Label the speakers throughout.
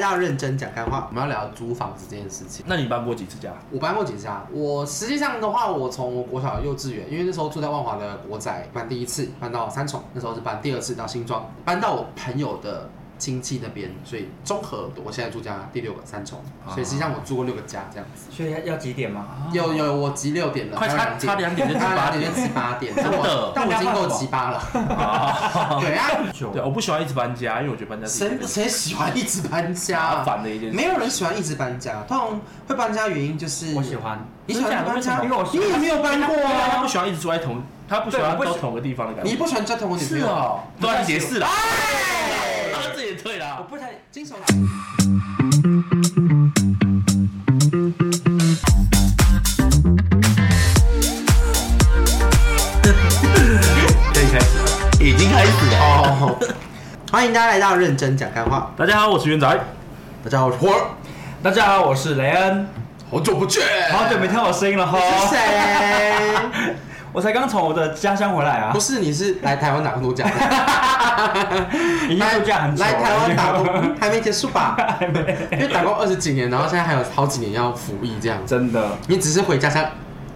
Speaker 1: 要认真讲干话，我们要聊租房子这件事情。
Speaker 2: 那你搬过几次 家？
Speaker 1: 我搬过几次啊？我实际上的话，我从国小幼稚园，因为那时候住在万华的国宅，搬第一次搬到三重，那时候是搬第二次到新庄，搬到我朋友的亲戚那边，所以综合我现在住家第六个三重，
Speaker 2: 啊
Speaker 1: 所以实际上我住过六个家这样子。
Speaker 3: 所以要要几点吗？
Speaker 1: 有有，我集六点了，
Speaker 2: 快差
Speaker 1: 还有
Speaker 2: 差两点就集
Speaker 1: 差
Speaker 2: 八
Speaker 1: 两点就集八点，但
Speaker 2: 真
Speaker 1: 我
Speaker 2: 的哦
Speaker 1: 但我已经够集八了。对啊，
Speaker 3: 久
Speaker 2: 对，我不喜欢一直搬家，因为我觉得搬家是一
Speaker 1: 谁
Speaker 2: 件
Speaker 1: 谁喜欢一直搬家
Speaker 2: 麻
Speaker 1: 啊？
Speaker 2: 烦的一件事。
Speaker 1: 没有人喜欢一直搬家，通常会搬家的原因就是
Speaker 3: 我喜欢，
Speaker 1: 你喜欢搬家，
Speaker 3: 因为我喜
Speaker 1: 你也没有搬过
Speaker 2: 对啊，他
Speaker 1: 啊
Speaker 2: 不，喜欢一直住在同，他不喜
Speaker 3: 对
Speaker 2: 欢
Speaker 3: 我不喜
Speaker 2: 到同个地方的感觉。
Speaker 1: 你不喜欢交同我女朋
Speaker 2: 是
Speaker 1: 友，
Speaker 4: 啊
Speaker 2: 哦，端杰是啦，
Speaker 1: 哎
Speaker 2: 他自己也退
Speaker 3: 我
Speaker 2: 啦。
Speaker 3: 不太
Speaker 1: 金手
Speaker 2: 可以开始了，已经开始了。
Speaker 1: 哦， 欢迎大家来到认真讲干话，
Speaker 2: 大家好，我是元仔。
Speaker 1: 大家好，我是霍尔，
Speaker 3: 大家好，我是雷恩，
Speaker 1: 好久不见，
Speaker 3: 好久没听我声音了哈。
Speaker 1: 是 谁？
Speaker 3: 我才刚从我的家乡回来啊
Speaker 1: 不，是，你是来台湾打工度假的？
Speaker 3: 已经
Speaker 1: 来
Speaker 3: 度假很久啊了，
Speaker 1: 来台湾打工还没结束吧？
Speaker 3: 还没
Speaker 1: 因为打工二十几年，然后现在还有好几年要服役这样子。
Speaker 3: 真的
Speaker 1: 你只是回家乡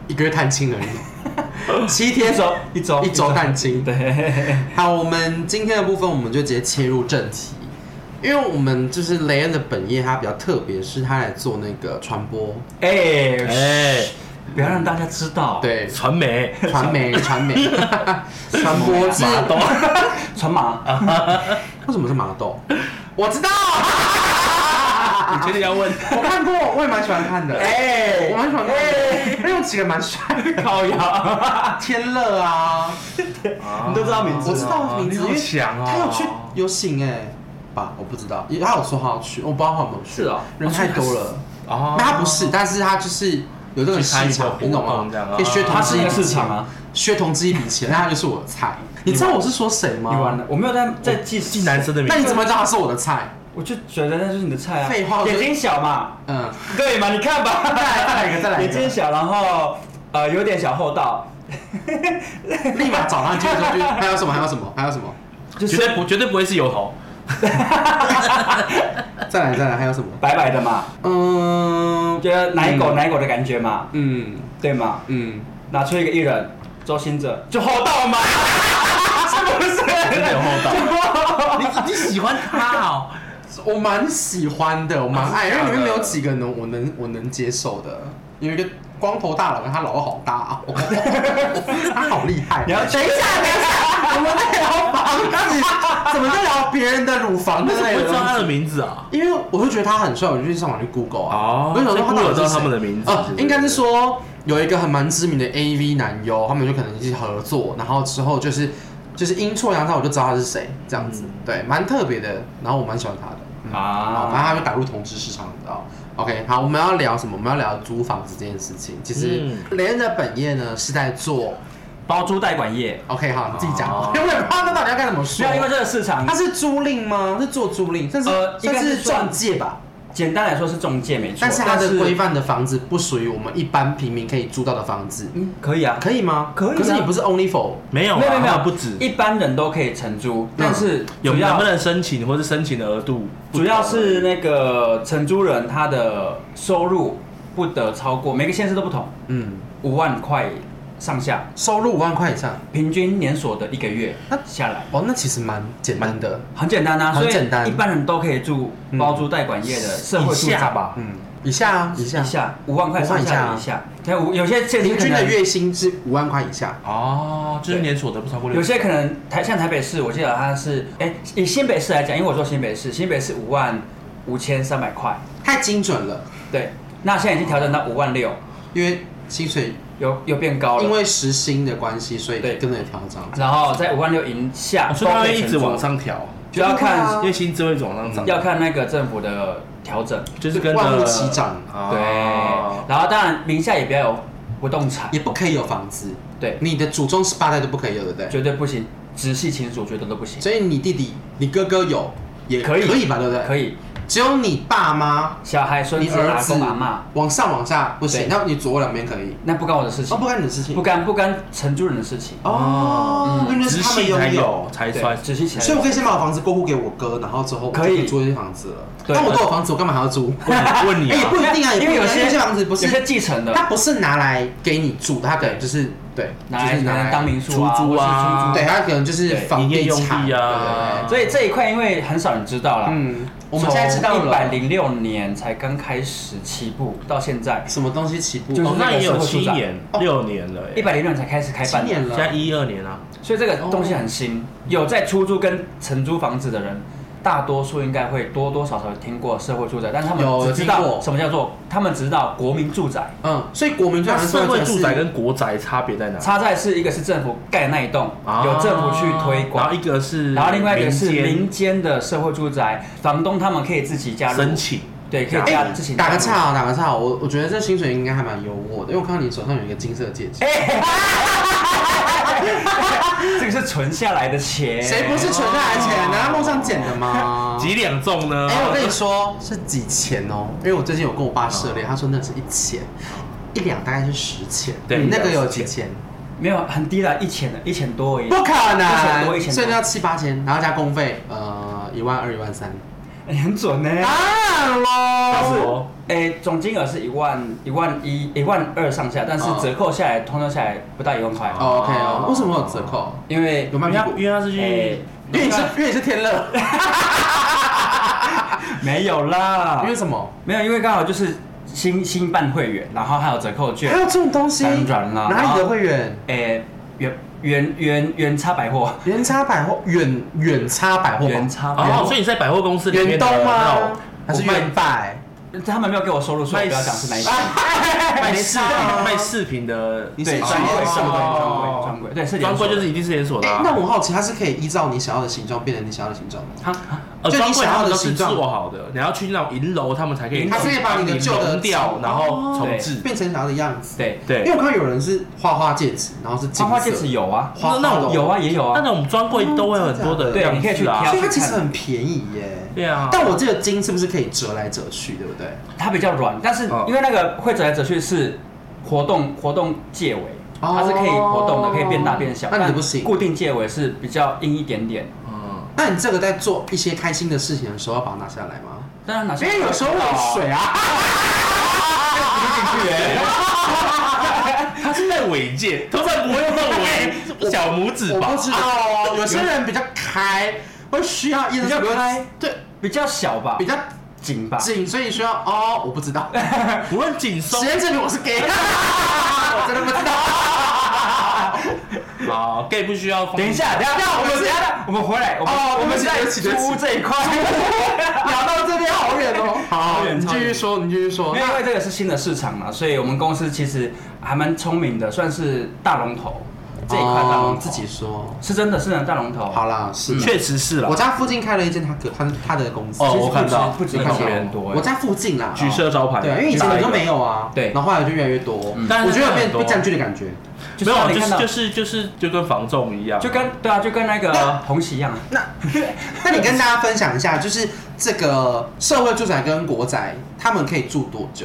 Speaker 1: 一个月探亲而已，七天
Speaker 3: 一周一周
Speaker 1: 一周探亲。
Speaker 3: 对，
Speaker 1: 好，我们今天的部分我们就直接切入正题，因为我们就是雷恩的本业，他比较特别，是他来做那个传播，
Speaker 3: 哎，
Speaker 2: 哎，
Speaker 3: 不要让大家知道，，
Speaker 1: 对，
Speaker 2: 传媒，
Speaker 1: 传媒，传媒，传播是
Speaker 2: 麻豆，
Speaker 3: 传麻，
Speaker 1: 为什么是麻豆？我知道，啊
Speaker 2: 你确定要问？
Speaker 1: 我看过，我也蛮喜欢看的，
Speaker 3: 哎
Speaker 1: 我蛮喜欢看的，那有几个蛮帅的，
Speaker 3: 靠 呀，
Speaker 1: 天乐啊，
Speaker 3: 你都知道名字
Speaker 1: 我知道啊名字，
Speaker 2: 你好
Speaker 1: 因为
Speaker 2: 强哦
Speaker 1: 他有去游行哎，吧，我不知道，他有说他要去，我不知道他有没有去，
Speaker 3: 是哦
Speaker 1: 人太多了。
Speaker 2: 哦
Speaker 1: 那他不是，但是他就是有这个市
Speaker 2: 去开一个
Speaker 1: 场
Speaker 2: 活，动
Speaker 1: 你懂吗
Speaker 2: 这样啊？
Speaker 1: 可以薛同
Speaker 3: 它
Speaker 1: 之
Speaker 3: 是
Speaker 1: 一
Speaker 3: 一个
Speaker 1: 笔
Speaker 3: 市
Speaker 1: 钱
Speaker 3: 场啊，
Speaker 1: 薛同之一笔钱，那他就是我的菜。你知道我是说谁吗？
Speaker 3: 你完了，我没有在在记
Speaker 2: 记男生的名
Speaker 1: 那
Speaker 2: 字
Speaker 1: 你怎么知道他是我的菜？
Speaker 3: 我就觉得那就是你的菜啊，
Speaker 1: 废话我觉
Speaker 3: 眼
Speaker 1: 得
Speaker 3: 睛小嘛，
Speaker 1: 嗯，
Speaker 3: 对嘛？你看吧，再
Speaker 1: 来再来一个再来一个
Speaker 3: 眼睛小，然后呃有点小厚道，
Speaker 1: 立马找他接出去。还有什么？还有什么？还有什么？
Speaker 3: 就
Speaker 2: 绝
Speaker 3: 是
Speaker 2: 对不绝对不会是油 头。
Speaker 1: 再来再来，还有什么？
Speaker 3: 白白的嘛，
Speaker 1: 嗯，
Speaker 3: 觉得奶狗
Speaker 1: 嗯
Speaker 3: 奶狗的感觉嘛，
Speaker 1: 嗯
Speaker 3: 对嘛？
Speaker 1: 嗯，
Speaker 3: 拿出一个艺人，周星哲就厚道 嘛，是不是？
Speaker 2: 真的有厚
Speaker 3: 道。
Speaker 2: 你你喜欢他哦？
Speaker 1: 我蛮喜欢的，我蛮爱，因
Speaker 2: 啊是
Speaker 1: 为里面没有
Speaker 2: 的
Speaker 1: 几个能我能我能接受的。有一个光头大佬，他老二好大哦，他好厉害。哦
Speaker 3: 你要
Speaker 1: 等一下，等一下，我们在聊房 子，怎么在聊别人的乳房之
Speaker 2: 为什么
Speaker 1: 类
Speaker 2: 会
Speaker 1: 的
Speaker 2: 知道他
Speaker 1: 东
Speaker 2: 的
Speaker 1: 西？
Speaker 2: 名字啊？
Speaker 1: 因为我就觉得他很帅，我就去上网去 Google 啊。
Speaker 2: 哦
Speaker 1: 我就想说他到底是
Speaker 2: 所以 Google
Speaker 1: 谁
Speaker 2: 知道他们的名字
Speaker 1: 呃
Speaker 2: 是不是
Speaker 1: 应该是说有一个很蛮知名的 AV 男优，他们就可能一起合作，然后之后就是就是阴错阳差，我就知道他是谁这样子。
Speaker 2: 嗯
Speaker 1: 对，蛮特别的，然后我蛮喜欢他的。嗯好，反正
Speaker 3: 啊，
Speaker 1: 他就打入同志市场，你知道。OK，好，我们要聊什么？我们要聊租房子这件事情。
Speaker 2: 嗯
Speaker 1: 其实雷恩的本业呢是在做
Speaker 3: 包租代管业，
Speaker 1: OK，好，你自己讲，
Speaker 2: 哦
Speaker 1: 因为我也不知道他到底要该怎么说
Speaker 3: 没。有因为这个市场
Speaker 1: 他，是租赁吗？是做租赁，但是
Speaker 3: 呃应
Speaker 1: 但
Speaker 3: 该是
Speaker 1: 是
Speaker 3: 算
Speaker 1: 中介吧。
Speaker 3: 简单来说是中介没错，
Speaker 1: 但是他的规范的房子不属于我们一般平民可以租到的房子，
Speaker 3: 嗯可以啊，
Speaker 1: 可以吗？
Speaker 3: 可以啊
Speaker 1: 可是你不是 only for
Speaker 2: 没有啊，
Speaker 3: 没有没有没有
Speaker 2: 不止。
Speaker 3: 一般人都可以承租，但
Speaker 1: 嗯
Speaker 3: 是
Speaker 2: 有
Speaker 3: 主
Speaker 2: 能
Speaker 3: 要
Speaker 2: 不能申请，或是申请的额度不
Speaker 3: 主
Speaker 2: 同
Speaker 3: 要是那个承租人他的收入不得超过，每个县市都不同，
Speaker 1: 嗯，
Speaker 3: 五万块上下，
Speaker 1: 收入五万块以上。
Speaker 3: 平均年所得一个月
Speaker 1: 那
Speaker 3: 下来，
Speaker 1: 哦，那其实蛮简单的，
Speaker 3: 很简单啊，
Speaker 1: 很
Speaker 3: 所以
Speaker 1: 简单
Speaker 3: 一般人都可以住包租代管业的社会住
Speaker 2: 以
Speaker 3: 宅
Speaker 2: 下吧
Speaker 1: 嗯，以下啊，以下
Speaker 3: 一下五万块上下的一下，对，五有些县市
Speaker 1: 平
Speaker 3: 可
Speaker 1: 均的
Speaker 3: 能
Speaker 1: 月薪是五万块以下，
Speaker 2: 哦，就是年所得不超过六，
Speaker 3: 有些可能台像台北市，我记得它是哎以新北市来讲，因为我做新北市，新北市五万五千三百块，
Speaker 1: 太精准了，
Speaker 3: 对，那现在已经调整到五万六，
Speaker 1: 因为薪水
Speaker 3: 有有变高了，
Speaker 1: 因为时薪的关系，所以
Speaker 3: 对
Speaker 1: 跟着调整。
Speaker 3: 然后在五万六以下
Speaker 2: 哦，
Speaker 3: 都
Speaker 2: 所以它
Speaker 3: 可
Speaker 2: 会
Speaker 3: 以
Speaker 2: 一直
Speaker 3: 承租
Speaker 2: 往，上调，
Speaker 3: 就要
Speaker 1: 对啊
Speaker 3: 看
Speaker 2: 因为薪资会一直往上涨，
Speaker 3: 要看那个政府的调整，
Speaker 2: 就是跟着
Speaker 1: 万物齐涨
Speaker 2: 哦
Speaker 3: 对，然后当然名下也不要有不动产，
Speaker 1: 也不可以有房子，
Speaker 3: 对，
Speaker 1: 你的祖宗十八代都不可以有，对不对？
Speaker 3: 绝对不行，直系亲属绝对都不行，
Speaker 1: 所以你弟弟、你哥哥有也
Speaker 3: 可以
Speaker 1: 可以吧，对不对？
Speaker 3: 可以，
Speaker 1: 只有你爸妈、
Speaker 3: 小孩、孙
Speaker 1: 你
Speaker 3: 子、
Speaker 1: 儿
Speaker 3: 阿
Speaker 1: 子
Speaker 3: 公、阿妈，
Speaker 1: 往上往下不行
Speaker 3: 对，
Speaker 1: 那你左右两边可以，
Speaker 3: 那不干我的事
Speaker 1: 哦，
Speaker 3: 情，
Speaker 1: 不干你的事情，
Speaker 3: 不干不干承租人的事情。
Speaker 1: 哦，因为是
Speaker 4: 直
Speaker 1: 他们
Speaker 4: 系才
Speaker 1: 拥
Speaker 4: 有
Speaker 1: 有，
Speaker 4: 才
Speaker 3: 对
Speaker 4: 算，
Speaker 3: 仔细起来。
Speaker 1: 所以我可以先把我房子过户给我哥，然后之后我就
Speaker 3: 可以
Speaker 1: 租一些房子了。
Speaker 3: 对
Speaker 1: 但我都有房子，我干嘛还要租？
Speaker 4: 问问你
Speaker 1: 哎也
Speaker 4: 啊
Speaker 1: 不，一定啊，也
Speaker 3: 因
Speaker 1: 不一定啊
Speaker 3: 为有
Speaker 1: 因为
Speaker 3: 些
Speaker 1: 这房子不是
Speaker 3: 有些继承的，
Speaker 1: 它不是拿来给你住的，它可能就是对，
Speaker 3: 拿来
Speaker 1: 就是
Speaker 3: 拿来当民宿啊，
Speaker 4: 出租啊
Speaker 3: 或是出
Speaker 1: 对，它可能就是房
Speaker 4: 对营业
Speaker 1: 地
Speaker 4: 用
Speaker 1: 产
Speaker 4: 地啊
Speaker 1: 对
Speaker 3: 租。所以这一块因为很少人知道啦。
Speaker 1: 嗯，我们现在知道
Speaker 3: 一百
Speaker 1: 了
Speaker 3: 零六年才刚开始起步，到现在
Speaker 1: 什么东西起步，
Speaker 3: 就是
Speaker 4: 哦，那也有七
Speaker 3: 那个
Speaker 4: 年、六年了，
Speaker 3: 哦一，百零六年才开始开
Speaker 1: 七
Speaker 3: 办，
Speaker 1: 哦年
Speaker 4: 现
Speaker 1: 了，
Speaker 4: 在一二年啊，
Speaker 3: 所以这个东西很
Speaker 1: 哦
Speaker 3: 新。有在出租跟承租房子的人，大多数应该会多多少少有听过社会住宅，但他们
Speaker 1: 有
Speaker 3: 只知
Speaker 1: 听
Speaker 3: 道
Speaker 1: 过
Speaker 3: 什么叫做，他们只知道国民住宅，
Speaker 1: 嗯，所以国民住
Speaker 4: 那
Speaker 1: 宅
Speaker 4: 社会住宅跟国宅差别在哪？
Speaker 3: 差在是一个是政府盖那一栋，
Speaker 4: 啊
Speaker 3: 有政府去推
Speaker 2: 啊
Speaker 4: 然
Speaker 3: 广
Speaker 4: 后一，个是，
Speaker 3: 然后另外一个是
Speaker 4: 民
Speaker 3: 民间的社会住宅，房东他们可以自己加
Speaker 4: 间
Speaker 3: 入，
Speaker 4: 申请，
Speaker 3: 对，可以
Speaker 1: 哎
Speaker 3: 加自己
Speaker 1: 打个
Speaker 3: 加入。
Speaker 1: 岔啊，打个岔哦，我我觉得这薪水应该还蛮优渥的，因为我看到你手上有一个金色戒指，
Speaker 3: 哎 这个是存下来的钱，
Speaker 1: 谁不是存下来钱？难道路上捡的 吗？
Speaker 4: 几两重呢？
Speaker 1: 哎、我跟 你说是几钱哦，因为我最近有跟我爸涉猎，他说那是一钱，一两大概是十钱，嗯
Speaker 4: 对
Speaker 1: 你那个
Speaker 4: 一两
Speaker 1: 有
Speaker 4: 是
Speaker 1: 几
Speaker 4: 10
Speaker 1: 钱？
Speaker 3: 没有很低啦，一千的，一千多而已。
Speaker 1: 不可
Speaker 3: 一千多，
Speaker 1: 能，
Speaker 3: 一千
Speaker 1: 所以
Speaker 3: 多
Speaker 1: 要。七八千，然后加工费，呃，一万二、一万三，
Speaker 3: 你哎很准呢、
Speaker 1: 当然喽，
Speaker 4: 哦，
Speaker 3: 哎、总金额是一万一万一一万二上下，但是
Speaker 1: 哦
Speaker 3: 折扣下来，通通下来不到一万块。
Speaker 1: 哦，OK 哦，为什么有折扣？
Speaker 3: 因为
Speaker 1: 有卖
Speaker 4: 因为他
Speaker 1: 屁股
Speaker 4: 因？为他是
Speaker 3: 哎
Speaker 4: 去，
Speaker 1: 因为你是因为你是天乐，
Speaker 3: 没有啦
Speaker 1: 因，为什么？
Speaker 3: 没有，因为刚好就是新新办会员，然后还有折扣券
Speaker 1: 还。有这种东西？
Speaker 3: 当然啦
Speaker 1: 哪里的会员？
Speaker 3: 哎、原原原原差百货，
Speaker 1: 原差百货，远远差百货吗，
Speaker 3: 原差百
Speaker 4: 哦，
Speaker 3: 货
Speaker 4: 所以你在百货公司里面
Speaker 1: 远
Speaker 4: 的
Speaker 1: 东
Speaker 4: 那
Speaker 1: 吗
Speaker 4: 种？
Speaker 1: 还是
Speaker 4: 我卖
Speaker 1: 远百？
Speaker 3: 他们没有给我收入，所以我不要讲是哪一家。
Speaker 4: 卖
Speaker 1: 没
Speaker 4: 饰
Speaker 1: 差啊
Speaker 4: 品卖饰品的
Speaker 1: 你是
Speaker 3: 对，
Speaker 1: 哦
Speaker 3: 专柜
Speaker 1: 哦
Speaker 3: 专柜专
Speaker 4: 哦
Speaker 3: 柜专柜，对是连
Speaker 4: 专
Speaker 3: 锁
Speaker 4: 柜
Speaker 3: 的
Speaker 4: 就是一定是连锁的
Speaker 1: 哎、
Speaker 4: 啊，
Speaker 1: 那我好奇，它是可以依照你想要的形状变成你想要的形状吗？
Speaker 3: 哈哈
Speaker 4: 呃，
Speaker 1: 就
Speaker 4: 专
Speaker 1: 你
Speaker 4: 柜
Speaker 1: 想
Speaker 4: 他
Speaker 1: 要
Speaker 4: 们
Speaker 1: 的
Speaker 4: 都是
Speaker 1: 形状
Speaker 4: 做好的，你要去那种银楼，他们才可以
Speaker 3: 银楼
Speaker 1: 它是可以把你的旧的
Speaker 4: 融掉，然
Speaker 1: 哦
Speaker 4: 后重置。
Speaker 1: 变成想要的样子？
Speaker 3: 对，
Speaker 1: 因
Speaker 4: 对
Speaker 1: 为，我看到有人是花花戒指，然后是金
Speaker 3: 花
Speaker 1: 色
Speaker 3: 花戒指，有啊，
Speaker 1: 花花
Speaker 4: 那
Speaker 1: 的
Speaker 4: 种
Speaker 3: 有啊也有
Speaker 4: 那
Speaker 3: 啊，
Speaker 4: 种专柜都会有很多
Speaker 1: 哦
Speaker 4: 的
Speaker 3: 对
Speaker 4: 样
Speaker 3: 你可以去
Speaker 4: 式啊
Speaker 3: 挑
Speaker 1: 所以它其实很便宜耶。
Speaker 4: 对啊
Speaker 1: 但我这个金是不是可以折来折去，对不对？
Speaker 3: 它比较软，但是
Speaker 1: 哦
Speaker 4: 嗯
Speaker 3: 因为那个会折来折去是活动活动戒围，
Speaker 1: 哦
Speaker 3: 它是可以活动的，可以变大变小。
Speaker 1: 那你的
Speaker 3: 但
Speaker 1: 不行
Speaker 3: 固定戒围是比较硬一点点。
Speaker 4: 嗯，
Speaker 1: 那你这个在做一些开心的事情的时候，要把它拿下来吗？
Speaker 3: 当然哪些
Speaker 1: 因哎为有时候会有水啊，
Speaker 3: 进去哎，
Speaker 4: 它是在尾戒，通常不会认为小拇指
Speaker 1: 我
Speaker 4: 吧
Speaker 1: 不？知道哦。有些人比较开，会需要一直
Speaker 3: 比较开，
Speaker 1: 对，
Speaker 3: 比较小吧，
Speaker 1: 比较
Speaker 3: 紧吧。
Speaker 1: 紧，所以需要哦，我不知道。
Speaker 4: 不论紧松
Speaker 1: 实，验证明我是 gay，我真的不知道。
Speaker 4: 好，gay 不需要。
Speaker 3: 等一，下，等一下，等一下，我们等一下，我们回来，我们
Speaker 1: 哦
Speaker 3: 我
Speaker 1: 对
Speaker 3: 们
Speaker 1: 不起
Speaker 3: 在
Speaker 1: 对不起对不起
Speaker 3: 租屋这一块，
Speaker 1: 聊到这边好远哦。好
Speaker 3: 好远
Speaker 1: 你继
Speaker 3: 超
Speaker 1: 续
Speaker 3: 远
Speaker 1: 说，你继续说
Speaker 3: 因为。因为这个是新的市场嘛，所以我们公司其实还蛮聪明的，算是大龙头这一块大
Speaker 1: 哦
Speaker 3: 龙头，
Speaker 1: 自己说。
Speaker 3: 是真的是真的大龙头。
Speaker 1: 哦好啦，是
Speaker 3: 嗯
Speaker 4: 确实是啦
Speaker 1: 我。家附近开了一间他个他他的公司，
Speaker 4: 哦
Speaker 1: 其实
Speaker 4: 我看到
Speaker 3: 不止
Speaker 1: 有
Speaker 3: 不
Speaker 1: 看
Speaker 3: 止
Speaker 1: 到
Speaker 3: 有人多哎
Speaker 1: 我家附近啦，
Speaker 4: 橘色招牌，
Speaker 1: 对，因为以前
Speaker 4: 哪
Speaker 1: 我
Speaker 4: 一个
Speaker 1: 就没有啊，
Speaker 3: 对
Speaker 1: 然后后来就越来越多，
Speaker 4: 但是
Speaker 1: 我觉得有变
Speaker 4: 很多
Speaker 1: 被占据的感觉，
Speaker 4: 没有，
Speaker 3: 让你
Speaker 4: 就是
Speaker 3: 看到
Speaker 4: 就是就是就跟房仲一样，
Speaker 3: 就跟对啊，就跟那个红旗一样啊，
Speaker 1: 那那你跟大家分享一下，就是这个社会住宅跟国宅，他们可以住多久？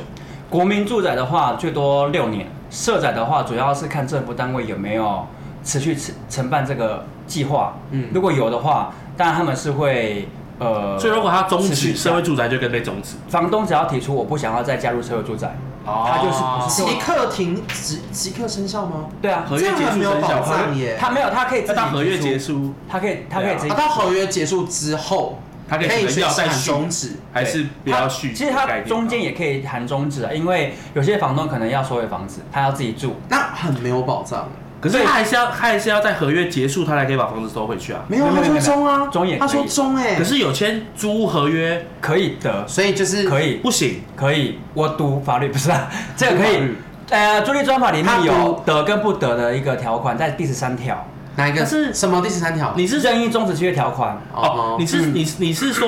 Speaker 3: 国民住宅的话，最多六年；社宅的话，主要是看政府单位有没有持续承承办这个计划。
Speaker 1: 嗯
Speaker 3: 嗯，如果有的话，当然他们是会呃，
Speaker 4: 所以如果他终
Speaker 3: 持续
Speaker 4: 止
Speaker 3: 下
Speaker 4: 社会住宅，就跟被终止。
Speaker 3: 房东只要提出我不想要再加入社会住宅，
Speaker 4: 哦
Speaker 3: 他就是不是
Speaker 1: 即刻停即即刻生效吗？
Speaker 3: 对啊，
Speaker 4: 合约结
Speaker 1: 这样很
Speaker 4: 束
Speaker 1: 没有
Speaker 4: 生效
Speaker 1: 保障耶。
Speaker 3: 他没有，他可以自
Speaker 4: 要
Speaker 3: 己
Speaker 4: 到合约
Speaker 3: 提出
Speaker 4: 结，束，
Speaker 3: 他可以他可以自己
Speaker 1: 啊，到合约结束之后，
Speaker 4: 他可以
Speaker 1: 以
Speaker 4: 可能
Speaker 1: 随
Speaker 4: 要
Speaker 1: 时
Speaker 4: 再
Speaker 1: 喊
Speaker 4: 续
Speaker 1: 终止。
Speaker 4: 还是不要续这
Speaker 3: 其实
Speaker 4: 个概
Speaker 3: 它
Speaker 4: 念吧？
Speaker 3: 中间也可以含终止啊，因为有些房东可能要收回房子，他要自己住，
Speaker 1: 那很没有保障，
Speaker 4: 可是他还是要，他还是要在合约结束，他才可以把房子收回去啊。
Speaker 1: 没有，
Speaker 3: 没
Speaker 1: 他
Speaker 3: 有没
Speaker 1: 说
Speaker 3: 有
Speaker 1: 中啊，
Speaker 3: 中也可以
Speaker 1: 他说中哎，
Speaker 4: 可是有签租屋合约
Speaker 3: 可以的，
Speaker 1: 所以就是
Speaker 3: 可以
Speaker 4: 不行，
Speaker 3: 可以，我读法律不是 啊，这个可
Speaker 1: 读法
Speaker 3: 以
Speaker 1: 律。
Speaker 3: 呃，租赁专法里
Speaker 1: 他读
Speaker 3: 面有得跟不得的一个条款，在第十三条，
Speaker 1: 哪一个
Speaker 4: 可是
Speaker 1: 什么第十三条？
Speaker 4: 你
Speaker 3: 是
Speaker 4: 是
Speaker 3: 任意终止契约条款。
Speaker 4: 哦，你是
Speaker 3: 哦嗯
Speaker 4: 你你是说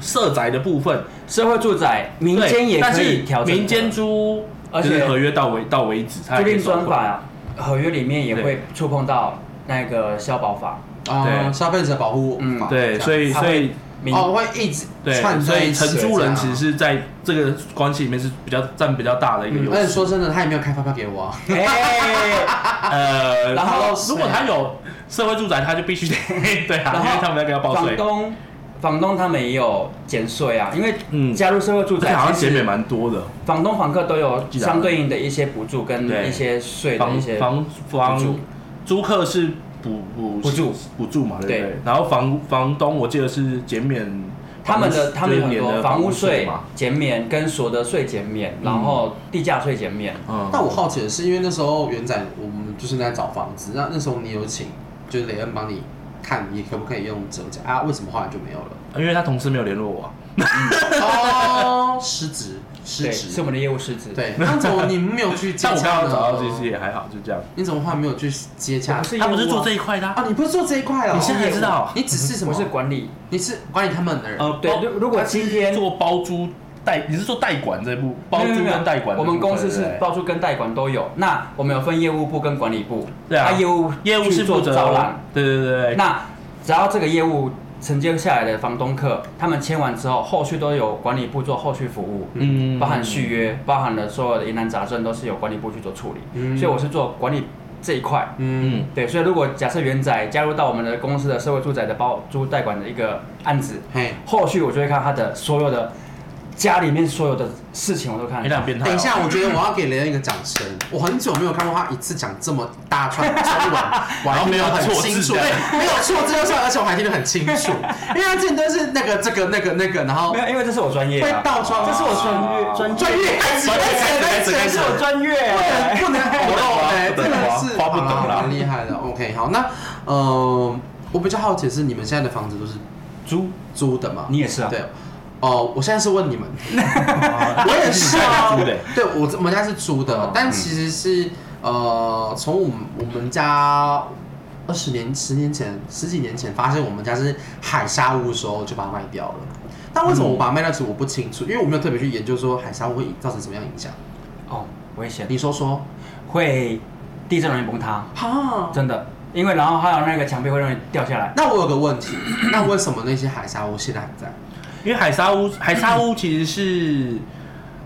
Speaker 4: 社宅的部分，
Speaker 3: 社会住宅民
Speaker 4: 对
Speaker 3: 间也
Speaker 4: 但
Speaker 3: 可
Speaker 4: 是
Speaker 3: 以调整的，
Speaker 4: 民间哎租屋，
Speaker 3: 而且
Speaker 4: 就是合约到为到为止，
Speaker 3: 租
Speaker 4: 他才可以
Speaker 3: 赁
Speaker 4: 收
Speaker 3: 专
Speaker 4: 回。
Speaker 3: 法合约里面也会触碰到那个消保法，
Speaker 1: 哦，
Speaker 4: 对
Speaker 1: 消费者保护
Speaker 3: 嗯
Speaker 1: 法
Speaker 4: 对，所以
Speaker 3: 他
Speaker 4: 所
Speaker 3: 会
Speaker 4: 以
Speaker 3: 民
Speaker 1: 哦，会一直
Speaker 4: 对，
Speaker 1: 串
Speaker 4: 所
Speaker 1: 在
Speaker 4: 以
Speaker 1: 一起
Speaker 4: 承租人其实
Speaker 1: 这样
Speaker 4: 是在这个关系里面是比较占比较大的一个
Speaker 1: 嗯
Speaker 4: 优
Speaker 1: 而且
Speaker 4: 势。
Speaker 1: 说真的，他也没有开发票给我啊，
Speaker 3: 哎，
Speaker 4: 呃，
Speaker 3: 然后
Speaker 4: 如果他有社会住宅，他就必须得 对啊，
Speaker 3: 然
Speaker 4: 因为
Speaker 3: 后
Speaker 4: 他们要给他报
Speaker 3: 房
Speaker 4: 税，
Speaker 3: 东房东他们也有减税啊，因为
Speaker 4: 嗯
Speaker 3: 加入社会住
Speaker 4: 而且
Speaker 3: 宅
Speaker 4: 好像
Speaker 3: 其实
Speaker 4: 减免蛮多的。
Speaker 3: 房东房客都有
Speaker 4: 记得啊
Speaker 3: 相对应的一些补助跟
Speaker 4: 对
Speaker 3: 一些税的
Speaker 4: 房
Speaker 3: 一些
Speaker 4: 房
Speaker 3: 补
Speaker 4: 房
Speaker 3: 助
Speaker 4: 租客是补补
Speaker 3: 补助
Speaker 4: 补助嘛，对不对
Speaker 3: 对？
Speaker 4: 然后房房东我记得是减免
Speaker 3: 他们的他们有很
Speaker 4: 就是年
Speaker 3: 多
Speaker 4: 的
Speaker 3: 房
Speaker 4: 房
Speaker 3: 屋税
Speaker 4: 嘛，
Speaker 3: 减免跟所得税减免，
Speaker 4: 嗯
Speaker 3: 然后地价税减免。
Speaker 4: 嗯，
Speaker 1: 但我好奇的是，因为那时候元仔我们就是在找房子，那那时候你有请就是雷恩帮你看你可不可以用折价啊？为什么后来就没有了？
Speaker 4: 嗯因为他同事没有联络我啊，
Speaker 1: 哦， 失职，失
Speaker 3: 对，是我
Speaker 1: 职。
Speaker 3: 们的业务失职。，
Speaker 1: 对，那怎么你没有去接
Speaker 4: 但我刚
Speaker 1: 洽
Speaker 4: 好
Speaker 1: 呢？
Speaker 4: 找到这些也还好，就这样。
Speaker 1: 你怎么后来没有去接洽
Speaker 3: 不？是业务
Speaker 4: 他
Speaker 3: 啊
Speaker 4: 不是做这一块的啊，
Speaker 1: 啊，你不是做这一块哦？
Speaker 4: 你现在才知道啊
Speaker 1: 你只是什么？
Speaker 3: 我是管理。
Speaker 1: 你是管理他们的人。
Speaker 4: 呃，
Speaker 3: 对
Speaker 4: 包
Speaker 3: 如如果今天
Speaker 4: 他是做包租代，你是做代管这一步，包租
Speaker 3: 没有没有
Speaker 4: 跟代管这部分，
Speaker 3: 我们公司
Speaker 4: 对
Speaker 3: 是
Speaker 4: 不对
Speaker 3: 包租跟代管都有。那我们有分业务部跟管理部，
Speaker 4: 对啊
Speaker 3: 那业务
Speaker 4: 业务
Speaker 3: 去
Speaker 4: 是
Speaker 3: 做
Speaker 4: 负责
Speaker 3: 招揽。，
Speaker 4: 对对对对，
Speaker 3: 那只要这个业务承接下来的房东客，他们签完之后，后续都有管理部做后续服务。
Speaker 4: 嗯
Speaker 3: 包含续约，包含了所有的疑难杂症都是由管理部去做处理，
Speaker 1: 嗯
Speaker 3: 所以我是做管理这一块。
Speaker 1: 嗯
Speaker 4: 嗯，
Speaker 3: 对，所以如果假设原仔加入到我们的公司的社会住宅的包租代管的一个案子，
Speaker 1: 嘿，
Speaker 3: 后续我就会看他的所有的家里面所有的事情我都看
Speaker 4: 你。俩变态哦。
Speaker 1: 等一下，我觉得我要给雷恩一个掌声。我很久没有看过他一次讲这么大串中文，我还听得很清楚，
Speaker 4: 然后没有错字
Speaker 1: 对，没有错字
Speaker 4: 这样
Speaker 1: 就算，而且我还听得很清楚，因为他之前都是那个这个那个那个，然后
Speaker 3: 没有，因为这是我专业、
Speaker 1: 会
Speaker 3: 啊，
Speaker 1: 倒装，
Speaker 3: 这是我专业专
Speaker 1: 专
Speaker 3: 业，
Speaker 1: 业开始
Speaker 4: 专业
Speaker 1: 开始
Speaker 4: 开
Speaker 1: 开
Speaker 4: 始
Speaker 1: 始
Speaker 3: 这是我专业、啊。
Speaker 1: 不能不能
Speaker 4: 花
Speaker 1: 哎，
Speaker 4: 不
Speaker 1: 真
Speaker 4: 能
Speaker 1: 的
Speaker 4: 花
Speaker 1: 是
Speaker 4: 花不懂
Speaker 1: 好啦
Speaker 4: 啦
Speaker 1: 蛮厉害的。OK，好，那呃，我比较好奇的是你们现在的房子都是
Speaker 3: 猪，
Speaker 1: 租的吗？
Speaker 3: 你也是啊？
Speaker 1: 对。哦，我现在是问你们，
Speaker 4: 啊
Speaker 1: 我也是啊
Speaker 4: 你家租的，
Speaker 1: 对我我们家是租的
Speaker 4: 哦，
Speaker 1: 但其实是呃，从我们我们家二十年、十年前、十几年前发现我们家是海沙屋的时候，就把它卖掉了。但为什么我把它卖掉，其实我不清楚，因为我没有特别去研究说海沙屋会造成什么样的影响。
Speaker 3: 哦，危险，
Speaker 1: 你说说，
Speaker 3: 会地震容易崩塌，
Speaker 1: 哈，
Speaker 3: 真的，因为然后还有那个墙壁会容易掉下来。
Speaker 1: 那我有个问题，那为什么那些海沙屋现在还在？
Speaker 4: 因为海沙屋，海沙屋其实是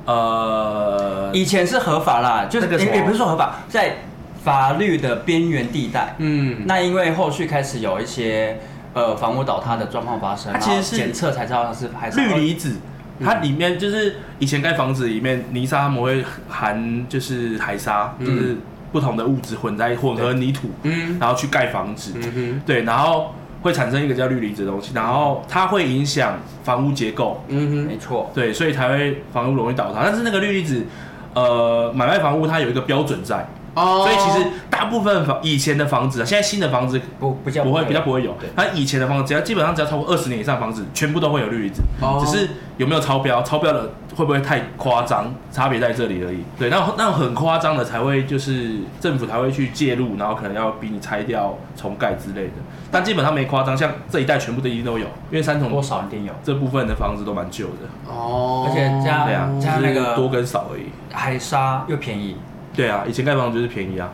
Speaker 4: 呃，
Speaker 3: 以前是合法啦，就是
Speaker 4: 那个什
Speaker 3: 也
Speaker 4: 么
Speaker 3: 也不是说合法，在法律的边缘地带。
Speaker 1: 嗯，
Speaker 3: 那因为后续开始有一些呃房屋倒塌的状况发生，
Speaker 4: 它其实
Speaker 3: 然后
Speaker 4: 是
Speaker 3: 检测才知道它是还是
Speaker 4: 氯离子，
Speaker 3: 嗯
Speaker 4: 它里面就是以前盖房子里面泥沙他们会含就是海沙，
Speaker 1: 嗯
Speaker 4: 就是不同的物质混在混合泥土，
Speaker 1: 嗯
Speaker 4: 然后去盖房子，
Speaker 1: 嗯哼，
Speaker 4: 对，然后会产生一个叫氯离子的东西，然后它会影响房屋结构，
Speaker 1: 嗯
Speaker 3: 哦没错，
Speaker 4: 对，所以才会房屋容易倒塌。但是那个氯离子，呃，买卖房屋它有一个标准在，
Speaker 1: 哼，哦
Speaker 4: 所以其实大部分房以前的房子啊，现在新的房子
Speaker 3: 不不叫
Speaker 4: 不会比较不
Speaker 3: 会
Speaker 4: 会有
Speaker 3: 对，
Speaker 4: 它以前的房子只要基本上只要超过二十年以上的房子，全部都会有氯离子，
Speaker 1: 哦
Speaker 4: 只是有没有超标，超标的会不会太夸张，差别在这里而已。对，那那很夸张的才会就是政府才会去介入，然后可能要逼你拆掉重盖之类的，但基本上没夸张，像这一带全部的一定都有，因为三
Speaker 3: 多
Speaker 4: 重
Speaker 3: 少一定有，
Speaker 4: 这部分的房子都蛮旧的，
Speaker 1: 哦，
Speaker 3: 而且加
Speaker 4: 对啊，
Speaker 3: 哦
Speaker 4: 只
Speaker 3: 像那
Speaker 4: 是
Speaker 3: 个
Speaker 4: 多跟少而已。
Speaker 3: 海沙又便宜，
Speaker 4: 对啊，以前盖房子就是便宜啊，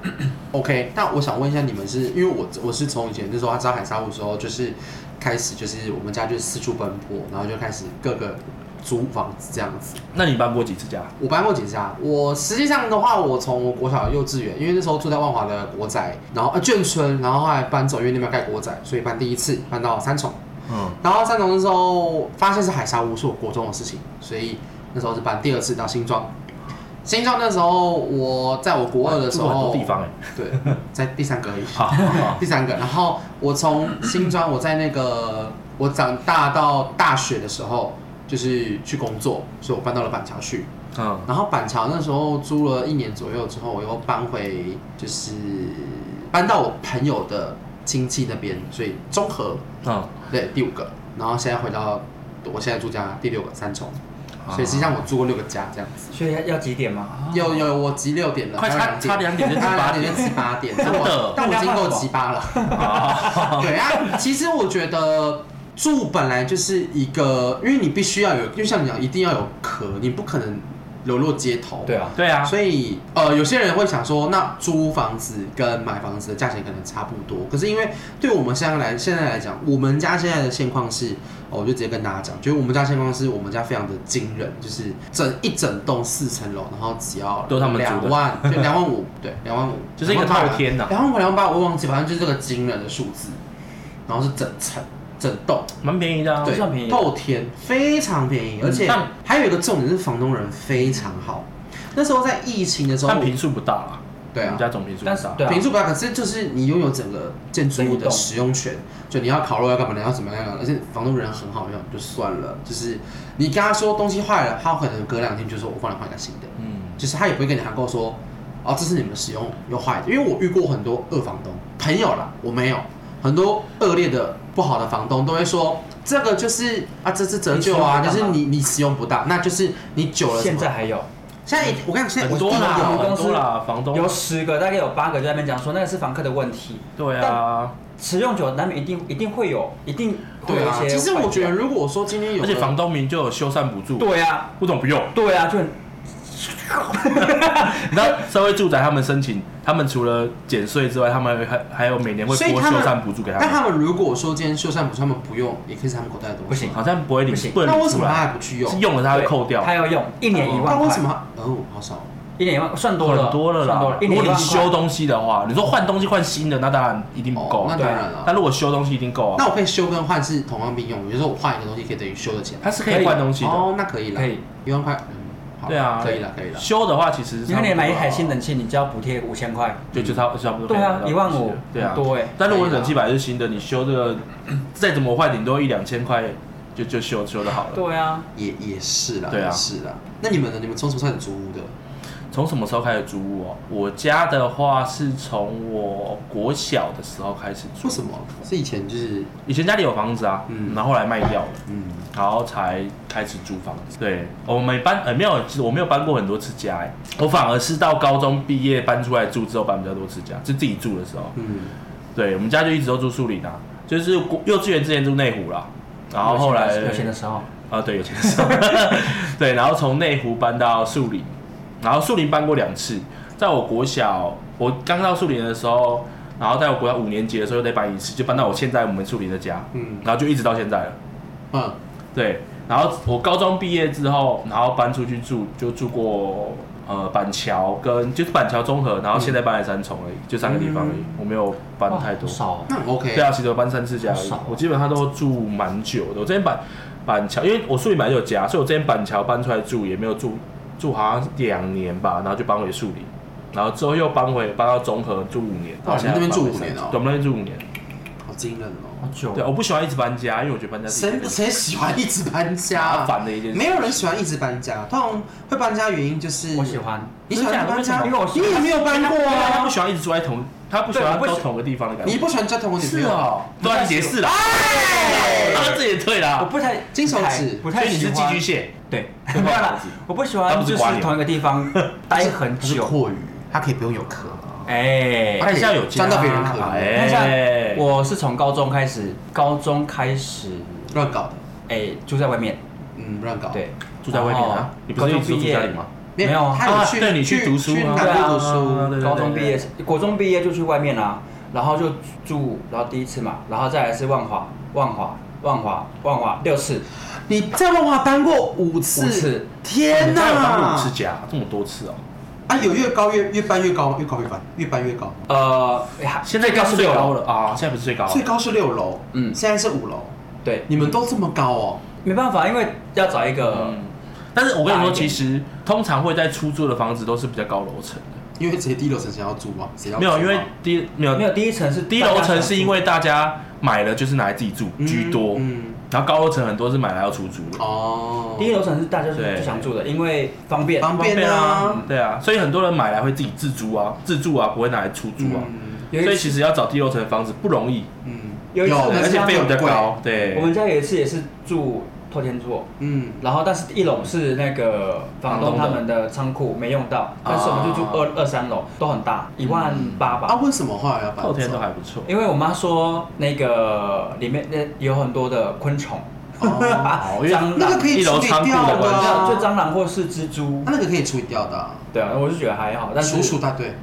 Speaker 1: OK，那我想问一下，你们是因为我我是从以前那时候他知道海沙屋的时候，就是开始就是我们家就是四处奔波，然后就开始各个租房子这样子。
Speaker 4: 那你搬过几次家？
Speaker 1: 我搬过几家，我实际上的话，我从国小幼稚园，因为那时候住在万华的国宅，然后呃眷村，然后后来搬走，因为那边要盖国宅，所以搬第一次搬到三重，
Speaker 4: 嗯，
Speaker 1: 然后三重的时候发现是海沙屋，是我国中的事情，所以那时候是搬第二次到新庄。新庄那时候我在我国二的时
Speaker 4: 住过很
Speaker 1: 候，
Speaker 4: 多地方哎、
Speaker 1: 对，在第三个而已。
Speaker 4: 好好好
Speaker 1: 第三个，然后我从新庄，我在那个我长大到大学的时候，就是去工作，所以我搬到了板桥去。
Speaker 4: 嗯，
Speaker 1: 然后板桥那时候租了一年左右之后，我又搬回，就是搬到我朋友的亲戚那边，所以综合
Speaker 4: 嗯，
Speaker 1: 对第五个，然后现在回到我现在住家第六个三重，所以实际上我住过六个家这样子。
Speaker 3: 所以要要几点吗？
Speaker 1: 有有，我集六点了，
Speaker 4: 哦快差差两点就集
Speaker 1: 差
Speaker 4: 八
Speaker 1: 两点
Speaker 4: 点
Speaker 1: 就集八点，
Speaker 4: 真的
Speaker 1: 但 我但我已经够集八了。
Speaker 4: 嗯 哦
Speaker 1: 对啊，其实我觉得住本来就是一个，因为你必须要有，就像你讲，一定要有壳，你不可能流落街头。
Speaker 3: 对啊，
Speaker 4: 对啊，
Speaker 1: 所以呃，有些人会想说，那租房子跟买房子的价钱可能差不多，可是因为对我们现在来现在来讲，我们家现在的现况是、哦我就直接跟大家讲，就是我们家现况是我们家非常的惊人，就是整一整栋四层楼，然后只要
Speaker 4: 都他们租
Speaker 1: 两
Speaker 4: 的
Speaker 1: 万，就两万五，对，两万五，
Speaker 4: 就是一
Speaker 1: 28,000
Speaker 4: 个透天呐
Speaker 1: 两万五两万八，我忘记，反正就是这个惊人的数字，然后是整层整栋，
Speaker 4: 蛮便宜的啊。
Speaker 1: 对
Speaker 3: 算便宜，的嗯
Speaker 1: 透天非常便宜，而且
Speaker 4: 但
Speaker 1: 还有一个重点是房东人非常好。那时候在疫情的时候，
Speaker 4: 但平数不大啦，
Speaker 1: 对
Speaker 4: 我
Speaker 1: 啊
Speaker 4: 们，家总平数不
Speaker 3: 但是
Speaker 4: 大。
Speaker 3: 对啊
Speaker 1: 平，数不大，可是就是你拥有整个建筑物的使用权，
Speaker 3: 啊
Speaker 1: 就你要烤肉要干嘛，你要怎么样要干嘛，而且房东人很好用，就算了。就是你跟他说东西坏了，他可能隔两天就说我帮你换一个新的，
Speaker 4: 嗯，
Speaker 1: 就是他也不会跟你函购说，哦，这是你们使用又坏的，因为我遇过很多恶房东，朋友啦，我没有，很多恶劣的不好的房东都会说。这个就是啊，这是折旧啊，
Speaker 3: 你
Speaker 1: 就
Speaker 3: 使用不当
Speaker 1: 是
Speaker 3: 嘛
Speaker 1: 你你使用不当，那就是你久了什
Speaker 3: 现
Speaker 1: 么
Speaker 3: 在还有
Speaker 1: 现在我跟你讲，现在
Speaker 4: 很多啦，
Speaker 1: 一定有
Speaker 4: 很多啦，房
Speaker 3: 有
Speaker 4: 东。
Speaker 3: 十个，大概有八个在那边讲说那个是房客的问题，
Speaker 4: 对啊，
Speaker 3: 使用久了难免一定一定会有，一定会
Speaker 1: 对
Speaker 3: 有一
Speaker 1: 啊
Speaker 3: 些。，
Speaker 1: 其实我觉得，，如果说今天有啊
Speaker 4: 而
Speaker 1: 个，
Speaker 4: 且房东明就有修缮补助，
Speaker 3: 对啊，
Speaker 4: 不懂不用。
Speaker 3: 对啊，就很
Speaker 4: 你知道社会住宅他们申请，他们除了减税之外，他们还还有每年会
Speaker 1: 所以
Speaker 4: 拨
Speaker 1: 他
Speaker 4: 修
Speaker 1: 们
Speaker 4: 缮补助给他
Speaker 1: 但
Speaker 4: 们，
Speaker 1: 他们如果说今天修缮补助，他们不用，也可以是他们口袋的
Speaker 3: 不
Speaker 1: 东西。
Speaker 3: 行，
Speaker 4: 好像不会领
Speaker 3: 不行，
Speaker 4: 不能
Speaker 1: 那
Speaker 4: 领
Speaker 1: 为什
Speaker 4: 出
Speaker 1: 么他还
Speaker 4: 来，
Speaker 1: 不去用？
Speaker 4: 是用了他会扣掉。
Speaker 3: 他要用一年一万
Speaker 1: 那
Speaker 3: 块，
Speaker 1: 为什么他？哦，好少。
Speaker 3: 一年一万算多了，
Speaker 4: 很多了啦
Speaker 3: 算多了，一
Speaker 4: 如果
Speaker 3: 年一
Speaker 4: 你
Speaker 3: 万
Speaker 4: 修
Speaker 3: 块。
Speaker 4: 东西的话，你说换东西换新的，那当然一定不够
Speaker 1: 哦，那
Speaker 4: 啊。
Speaker 1: 当然了。
Speaker 4: 但如果修东西一定够啊，
Speaker 1: 那我可以修跟换是同样并用，比如说我换一个东西可以等于修的钱。
Speaker 4: 它是可以换东西的。
Speaker 1: 哦，那可以了，
Speaker 3: 可以，
Speaker 1: 一万块，嗯，好
Speaker 4: 对啊，
Speaker 1: 可以了，可以了。
Speaker 4: 修的话其实
Speaker 3: 你看你买一台新
Speaker 4: 的，
Speaker 3: 冷气，你只要补贴五千块，
Speaker 4: 对，就差不多差不多。
Speaker 3: 对啊，一万五，
Speaker 4: 对啊
Speaker 3: 很。多哎，啊
Speaker 4: 但如果
Speaker 1: 可以啦
Speaker 4: 冷气本来是新的，你修这个再怎么坏，顶多一两千块就就修修的好了。
Speaker 3: 对啊，
Speaker 1: 也也是啦，
Speaker 4: 对啊
Speaker 1: 也是啦。那你们呢？你们从什么开始租屋的？
Speaker 4: 从什么时候开始租屋哦？我家的话是从我国小的时候开始
Speaker 1: 为
Speaker 4: 住，
Speaker 1: 什么？是以前就是，
Speaker 4: 以前家里有房子啊，
Speaker 1: 嗯
Speaker 4: 然后后来卖掉了。
Speaker 1: 嗯，
Speaker 4: 然后才开始租房子。对，我没搬，呃，没有，其实我没有搬过很多次家，哎，我反而是到高中毕业搬出来住之后搬比较多次家，就自己住的时候。
Speaker 1: 嗯，
Speaker 4: 对，我们家就一直都住树林啊，就是国幼稚园之前住内湖啦，然后后来
Speaker 3: 有钱的时候，
Speaker 4: 啊，对，有钱的 时候，对，然后从内湖搬到树林，然后树林搬过两次，在我国小，我刚到树林的时候，然后在我国小五年级的时候又再搬一次，就搬到我现在我们树林的家，
Speaker 1: 嗯
Speaker 4: 然后就一直到现在了。
Speaker 1: 嗯，
Speaker 4: 对，然后我高中毕业之后，然后搬出去住，就住过呃板桥跟就是板桥综合，然后现在搬来三重而已，就三个地方而已，我没有搬太多
Speaker 3: 嗯哇。少哦，
Speaker 1: 那很 OK。
Speaker 4: 对啊，其实我搬三次家而
Speaker 3: 好
Speaker 4: 已
Speaker 3: 少
Speaker 1: 啊
Speaker 3: 哦，
Speaker 4: 我基本上都住蛮久的。我之前板板桥，因为我树林本来就有家，所以我之前板桥搬出来住也没有住住好像两年吧，然后就搬回树林，然后之后又搬回搬到综合住五年，
Speaker 1: 哇
Speaker 4: 到
Speaker 1: 你
Speaker 4: 现
Speaker 1: 们那
Speaker 4: 在
Speaker 1: 边
Speaker 4: 搬回
Speaker 1: 住五年哦
Speaker 4: 三重对，我们那边住五年。
Speaker 1: 好惊人哦。
Speaker 3: 好久
Speaker 4: 对，，我不喜欢一直搬家，因为我觉得搬家是
Speaker 1: 谁
Speaker 4: 一件
Speaker 1: 谁喜欢一直搬家啊？
Speaker 4: 麻烦的一件事。
Speaker 1: 没有人喜欢一直搬家，通常会搬家的原因就是
Speaker 3: 我喜，欢，
Speaker 1: 你喜欢搬家，
Speaker 3: 因为我喜
Speaker 1: 你也
Speaker 3: 欢
Speaker 1: 没有搬过
Speaker 4: 他
Speaker 1: 啊
Speaker 4: 不，喜欢一直住在同，他不喜欢
Speaker 3: 对
Speaker 4: 都
Speaker 3: 我不喜
Speaker 4: 同个地方的感觉。
Speaker 1: 你不喜欢交同我女朋
Speaker 4: 是
Speaker 1: 友，
Speaker 4: 哦，对啊，你也是啦，
Speaker 1: 哎
Speaker 4: 啊他自己也对
Speaker 3: 我
Speaker 4: 啦，
Speaker 3: 不太
Speaker 1: 金手指
Speaker 3: 不
Speaker 4: 所
Speaker 3: 太
Speaker 4: 以你
Speaker 3: 喜
Speaker 4: 是寄
Speaker 3: 欢
Speaker 4: 居，蟹，
Speaker 1: 哎
Speaker 3: 对，
Speaker 4: 不
Speaker 3: 没有
Speaker 4: 太
Speaker 3: 啦，我不喜欢就是同一个同一个地 方待很
Speaker 1: 它是
Speaker 3: 久，
Speaker 1: 阔鱼，它可以不用有壳，
Speaker 3: 哎
Speaker 1: 它可
Speaker 4: 哎
Speaker 1: 以
Speaker 4: 现在有家
Speaker 1: 钻到别人壳，
Speaker 4: 哎
Speaker 3: 但是我是从高中开始，高中开始，
Speaker 1: 乱搞的，
Speaker 3: 哎，住在外面，
Speaker 1: 嗯，乱搞。，
Speaker 3: 对，
Speaker 4: 住在外面
Speaker 3: 然后
Speaker 4: 啊，你不是一直住家里吗？
Speaker 1: 没
Speaker 3: 没有
Speaker 1: 有，
Speaker 3: 啊
Speaker 1: 他有去，
Speaker 4: 啊对你
Speaker 1: 去
Speaker 4: 去读书啊
Speaker 1: 去哪
Speaker 3: 对
Speaker 1: 边
Speaker 3: 啊
Speaker 1: 读
Speaker 4: 啊
Speaker 1: 书？
Speaker 4: 对
Speaker 3: 高中毕业，国中毕业就去外面啦、然后就住，然后第一次嘛，然后再来是万华，万华，万华，万华六次，
Speaker 1: 你在万华搬过五次，
Speaker 3: 五次
Speaker 1: 天
Speaker 4: 你家有搬过
Speaker 1: 哪
Speaker 4: 五！次家，这么多次哦。
Speaker 1: 啊，有越高越越搬越高吗，越高越搬，越搬越高。
Speaker 3: 呃，哎呀
Speaker 4: 现在
Speaker 3: 最高是
Speaker 4: 最
Speaker 3: 六
Speaker 4: 高
Speaker 3: 楼，
Speaker 4: 了啊，现在不是最高啊，
Speaker 1: 最高是六楼，
Speaker 3: 嗯
Speaker 1: 现在是五楼，
Speaker 3: 对，
Speaker 1: 你们都这么高哦？
Speaker 3: 没办法，因为要找一个
Speaker 4: 嗯。但是我跟你
Speaker 3: 大一
Speaker 4: 说，其
Speaker 3: 点
Speaker 4: 实通常会在出租的房子都是比较高楼层的，
Speaker 1: 因为这些低楼层谁要住啊？谁要
Speaker 4: 没有，
Speaker 1: 住啊
Speaker 4: 因为低没有
Speaker 3: 没有第一层是
Speaker 4: 低楼层是因为大家买了就是拿来自己住居多，
Speaker 1: 嗯，
Speaker 4: 然后高楼层很多是买来要出租的。
Speaker 1: 哦，
Speaker 3: 第一楼层是大家
Speaker 4: 对
Speaker 3: 最想住的，因为方便，
Speaker 1: 方便啊，
Speaker 4: 对啊，所以很多人买来会自己自住啊，自住啊，不会拿来出租啊。
Speaker 1: 嗯
Speaker 3: 有
Speaker 4: 所以
Speaker 3: 一
Speaker 4: 其
Speaker 3: 次
Speaker 4: 实要找低楼层的房子不容易，
Speaker 1: 嗯，
Speaker 3: 有一次我们
Speaker 4: 而且
Speaker 3: 家
Speaker 4: 费用比较，
Speaker 1: 但是
Speaker 4: 高。对，
Speaker 3: 我们家有一次也是住透天厝，
Speaker 1: 嗯，
Speaker 3: 然后但是一楼是那个房东他们的仓库没用到，但是我们就住二二三楼，都很大，一万八吧。
Speaker 1: 啊，为什么后来要搬走？
Speaker 4: 后天都还不错。
Speaker 3: 因为我妈说那个里面那有很多的昆虫，
Speaker 1: 哦，
Speaker 4: 哦，因为
Speaker 3: 蟑
Speaker 1: 那个可以
Speaker 4: 一
Speaker 1: 处
Speaker 4: 楼
Speaker 1: 理
Speaker 4: 仓库
Speaker 1: 掉
Speaker 4: 的
Speaker 1: 的
Speaker 4: 关系，
Speaker 1: 啊，
Speaker 3: 就蟑螂或是蜘蛛，
Speaker 1: 那个可以处理掉的啊，
Speaker 3: 对啊，我是觉得还好，但是
Speaker 1: 鼠鼠大队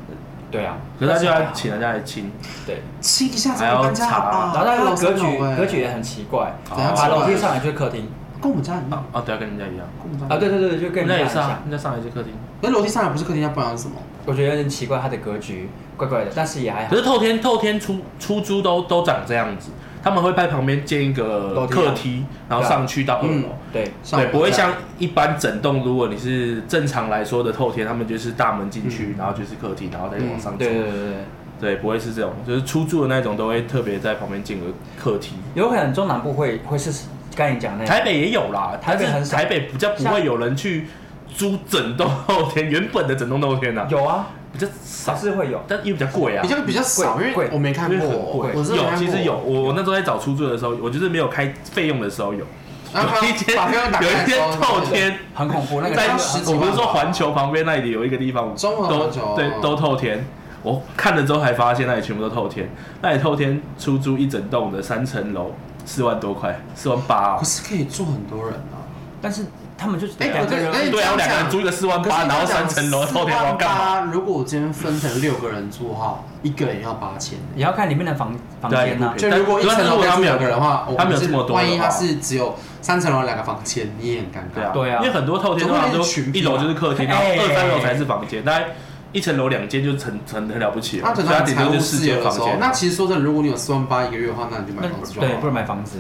Speaker 3: 对啊，
Speaker 4: 可是他就要请人家来清，
Speaker 3: 对，
Speaker 1: 清一下才
Speaker 4: 还要
Speaker 1: 能搬家
Speaker 4: 查
Speaker 1: 吧？
Speaker 3: 然后但
Speaker 1: 二
Speaker 3: 是它格
Speaker 1: 楼三
Speaker 3: 局
Speaker 1: 楼欸
Speaker 3: 格局也很奇怪，
Speaker 1: 怎样
Speaker 4: 哦
Speaker 1: 奇
Speaker 3: 爬
Speaker 1: 怪
Speaker 3: 楼梯上来就是客厅
Speaker 1: 跟我们家一样，
Speaker 4: 哦，对啊，跟人家一样，
Speaker 1: 跟我们家一样
Speaker 3: 啊，对对对，就
Speaker 4: 人
Speaker 3: 跟
Speaker 4: 家
Speaker 3: 人
Speaker 4: 也
Speaker 3: 家
Speaker 4: 是
Speaker 3: 很
Speaker 4: 啊
Speaker 3: 像，，
Speaker 4: 人家上来是客厅，
Speaker 1: 那楼梯上来不是客厅，要不然是什么？
Speaker 3: 我觉得有点奇怪，它的格局怪怪的，但是也还好
Speaker 4: 可。是透天透天出出租都都长这样子，他们会在旁边建一个
Speaker 3: 楼梯啊
Speaker 4: 客梯，然后上去到二楼。
Speaker 1: 嗯
Speaker 3: 对，啊
Speaker 1: 上
Speaker 4: 对，不会
Speaker 1: 楼下
Speaker 4: 像一般整栋，如果你是正常来说的透天，他们就是大门进去，然后就是客厅，然后再往上走。
Speaker 3: 嗯对对对对对，
Speaker 4: 对，不会是这种，就是出租的那种都会特别在旁边建个客厅。
Speaker 3: 有可能中南部会会是刚才你讲的那样，
Speaker 4: 台北也有啦，
Speaker 3: 台北
Speaker 4: 但是
Speaker 3: 很少
Speaker 4: 台北比较不会有人去租整栋后天，原本的整栋后天呐、啊，
Speaker 3: 有啊，
Speaker 4: 比较
Speaker 3: 还
Speaker 4: 少，
Speaker 3: 是会有。
Speaker 4: 但又比较贵啊
Speaker 1: 比。较比较少，因
Speaker 3: 贵
Speaker 1: 为我没看
Speaker 4: 因为
Speaker 1: 过，
Speaker 4: 很贵，
Speaker 1: 我是没
Speaker 4: 有
Speaker 1: 看过
Speaker 4: 其实有，，我我那时候在找出租的时候，我就是没有开费用的时候有，
Speaker 1: 然后
Speaker 4: 有一天
Speaker 1: 啊把把
Speaker 4: 有一天后，天
Speaker 3: 很恐怖，那个
Speaker 4: 在
Speaker 1: 当时
Speaker 3: 很
Speaker 1: 几
Speaker 4: 我
Speaker 1: 万
Speaker 4: 不是说环球旁边那里有一个地方，
Speaker 1: 中和
Speaker 4: 都
Speaker 1: 环球
Speaker 4: 对都透天。我看了之后才发现那里全部都透天，那里透天出租一整栋的三层楼，四万多块，四万八、
Speaker 1: 可
Speaker 4: 哦。
Speaker 1: 是可以住很多人啊。
Speaker 3: 但是他们就是
Speaker 1: 哎
Speaker 3: 两
Speaker 1: 我这
Speaker 3: 个人
Speaker 1: 哎
Speaker 4: 对啊，我两个人租一个四万
Speaker 1: 可是
Speaker 4: 八，
Speaker 1: 你
Speaker 4: 然后
Speaker 1: 要讲
Speaker 4: 三层楼透天，我要干嘛？
Speaker 1: 4万八如果我今天分成六个人住哈，一个人要八千。
Speaker 3: 也要看里面的房房
Speaker 4: 对啊
Speaker 3: 间呐、
Speaker 4: 也
Speaker 1: 就如果一层
Speaker 4: 但是如
Speaker 1: 楼
Speaker 4: 果他
Speaker 1: 他
Speaker 4: 们
Speaker 1: 们
Speaker 4: 有
Speaker 1: 两个人的话，
Speaker 4: 他们有
Speaker 1: 我是
Speaker 4: 这么多的话
Speaker 1: 万一他是只有三层楼两个房间，你也很尴
Speaker 4: 对
Speaker 1: 尬
Speaker 4: 啊，。
Speaker 3: 对啊
Speaker 4: 因为很多透天通常
Speaker 1: 总会
Speaker 4: 都
Speaker 1: 有一群
Speaker 4: 一楼就是客厅，然后
Speaker 3: 哎
Speaker 4: 二三楼才是房间，大概一层楼两间就成成很了不起
Speaker 1: 那
Speaker 4: 了，
Speaker 1: 等
Speaker 4: 所以
Speaker 1: 到
Speaker 4: 它
Speaker 1: 你
Speaker 4: 顶
Speaker 1: 财
Speaker 4: 多
Speaker 1: 务
Speaker 4: 就四
Speaker 1: 自由
Speaker 4: 间
Speaker 1: 的
Speaker 4: 房
Speaker 1: 时候，
Speaker 4: 间。
Speaker 1: 那其实说真的，如果你有四万八一个月的话，那你就买房子就好
Speaker 3: 对，不
Speaker 1: 了。
Speaker 3: 如买房子。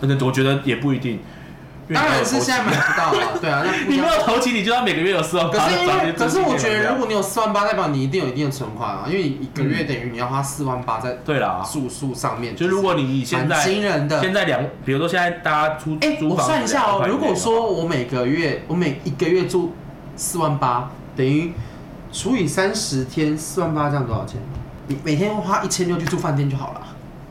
Speaker 4: 那我觉得也不一定，因为你
Speaker 1: 当然
Speaker 4: 没有投
Speaker 1: 是
Speaker 4: 期
Speaker 1: 现在买不到了，对啊，那不
Speaker 4: 你
Speaker 1: 一
Speaker 4: 没
Speaker 1: 样
Speaker 4: 有投期，你就要每个月有四万
Speaker 1: 可
Speaker 4: 八
Speaker 1: 是
Speaker 4: 的
Speaker 1: 因
Speaker 4: 房
Speaker 1: 为，
Speaker 4: 间。
Speaker 1: 可是我觉得，如
Speaker 4: 果
Speaker 1: 果你有四万八，代表你一定有一定的存款啊，因为一个月等于你要花四万八在啊
Speaker 4: 对啦，
Speaker 1: 住宿上面。
Speaker 4: 嗯就如果你以现在
Speaker 1: 蛮惊人的
Speaker 4: 现在两，比如说现在大家出
Speaker 1: 哎，
Speaker 4: 租
Speaker 1: 我
Speaker 4: 房子两万块以内的话，啊
Speaker 1: 算一下哦，如果说我每个月我每一个月住四万八，等于除以三十天，四万八这样多少钱？你每天花一千六去住饭店就好了，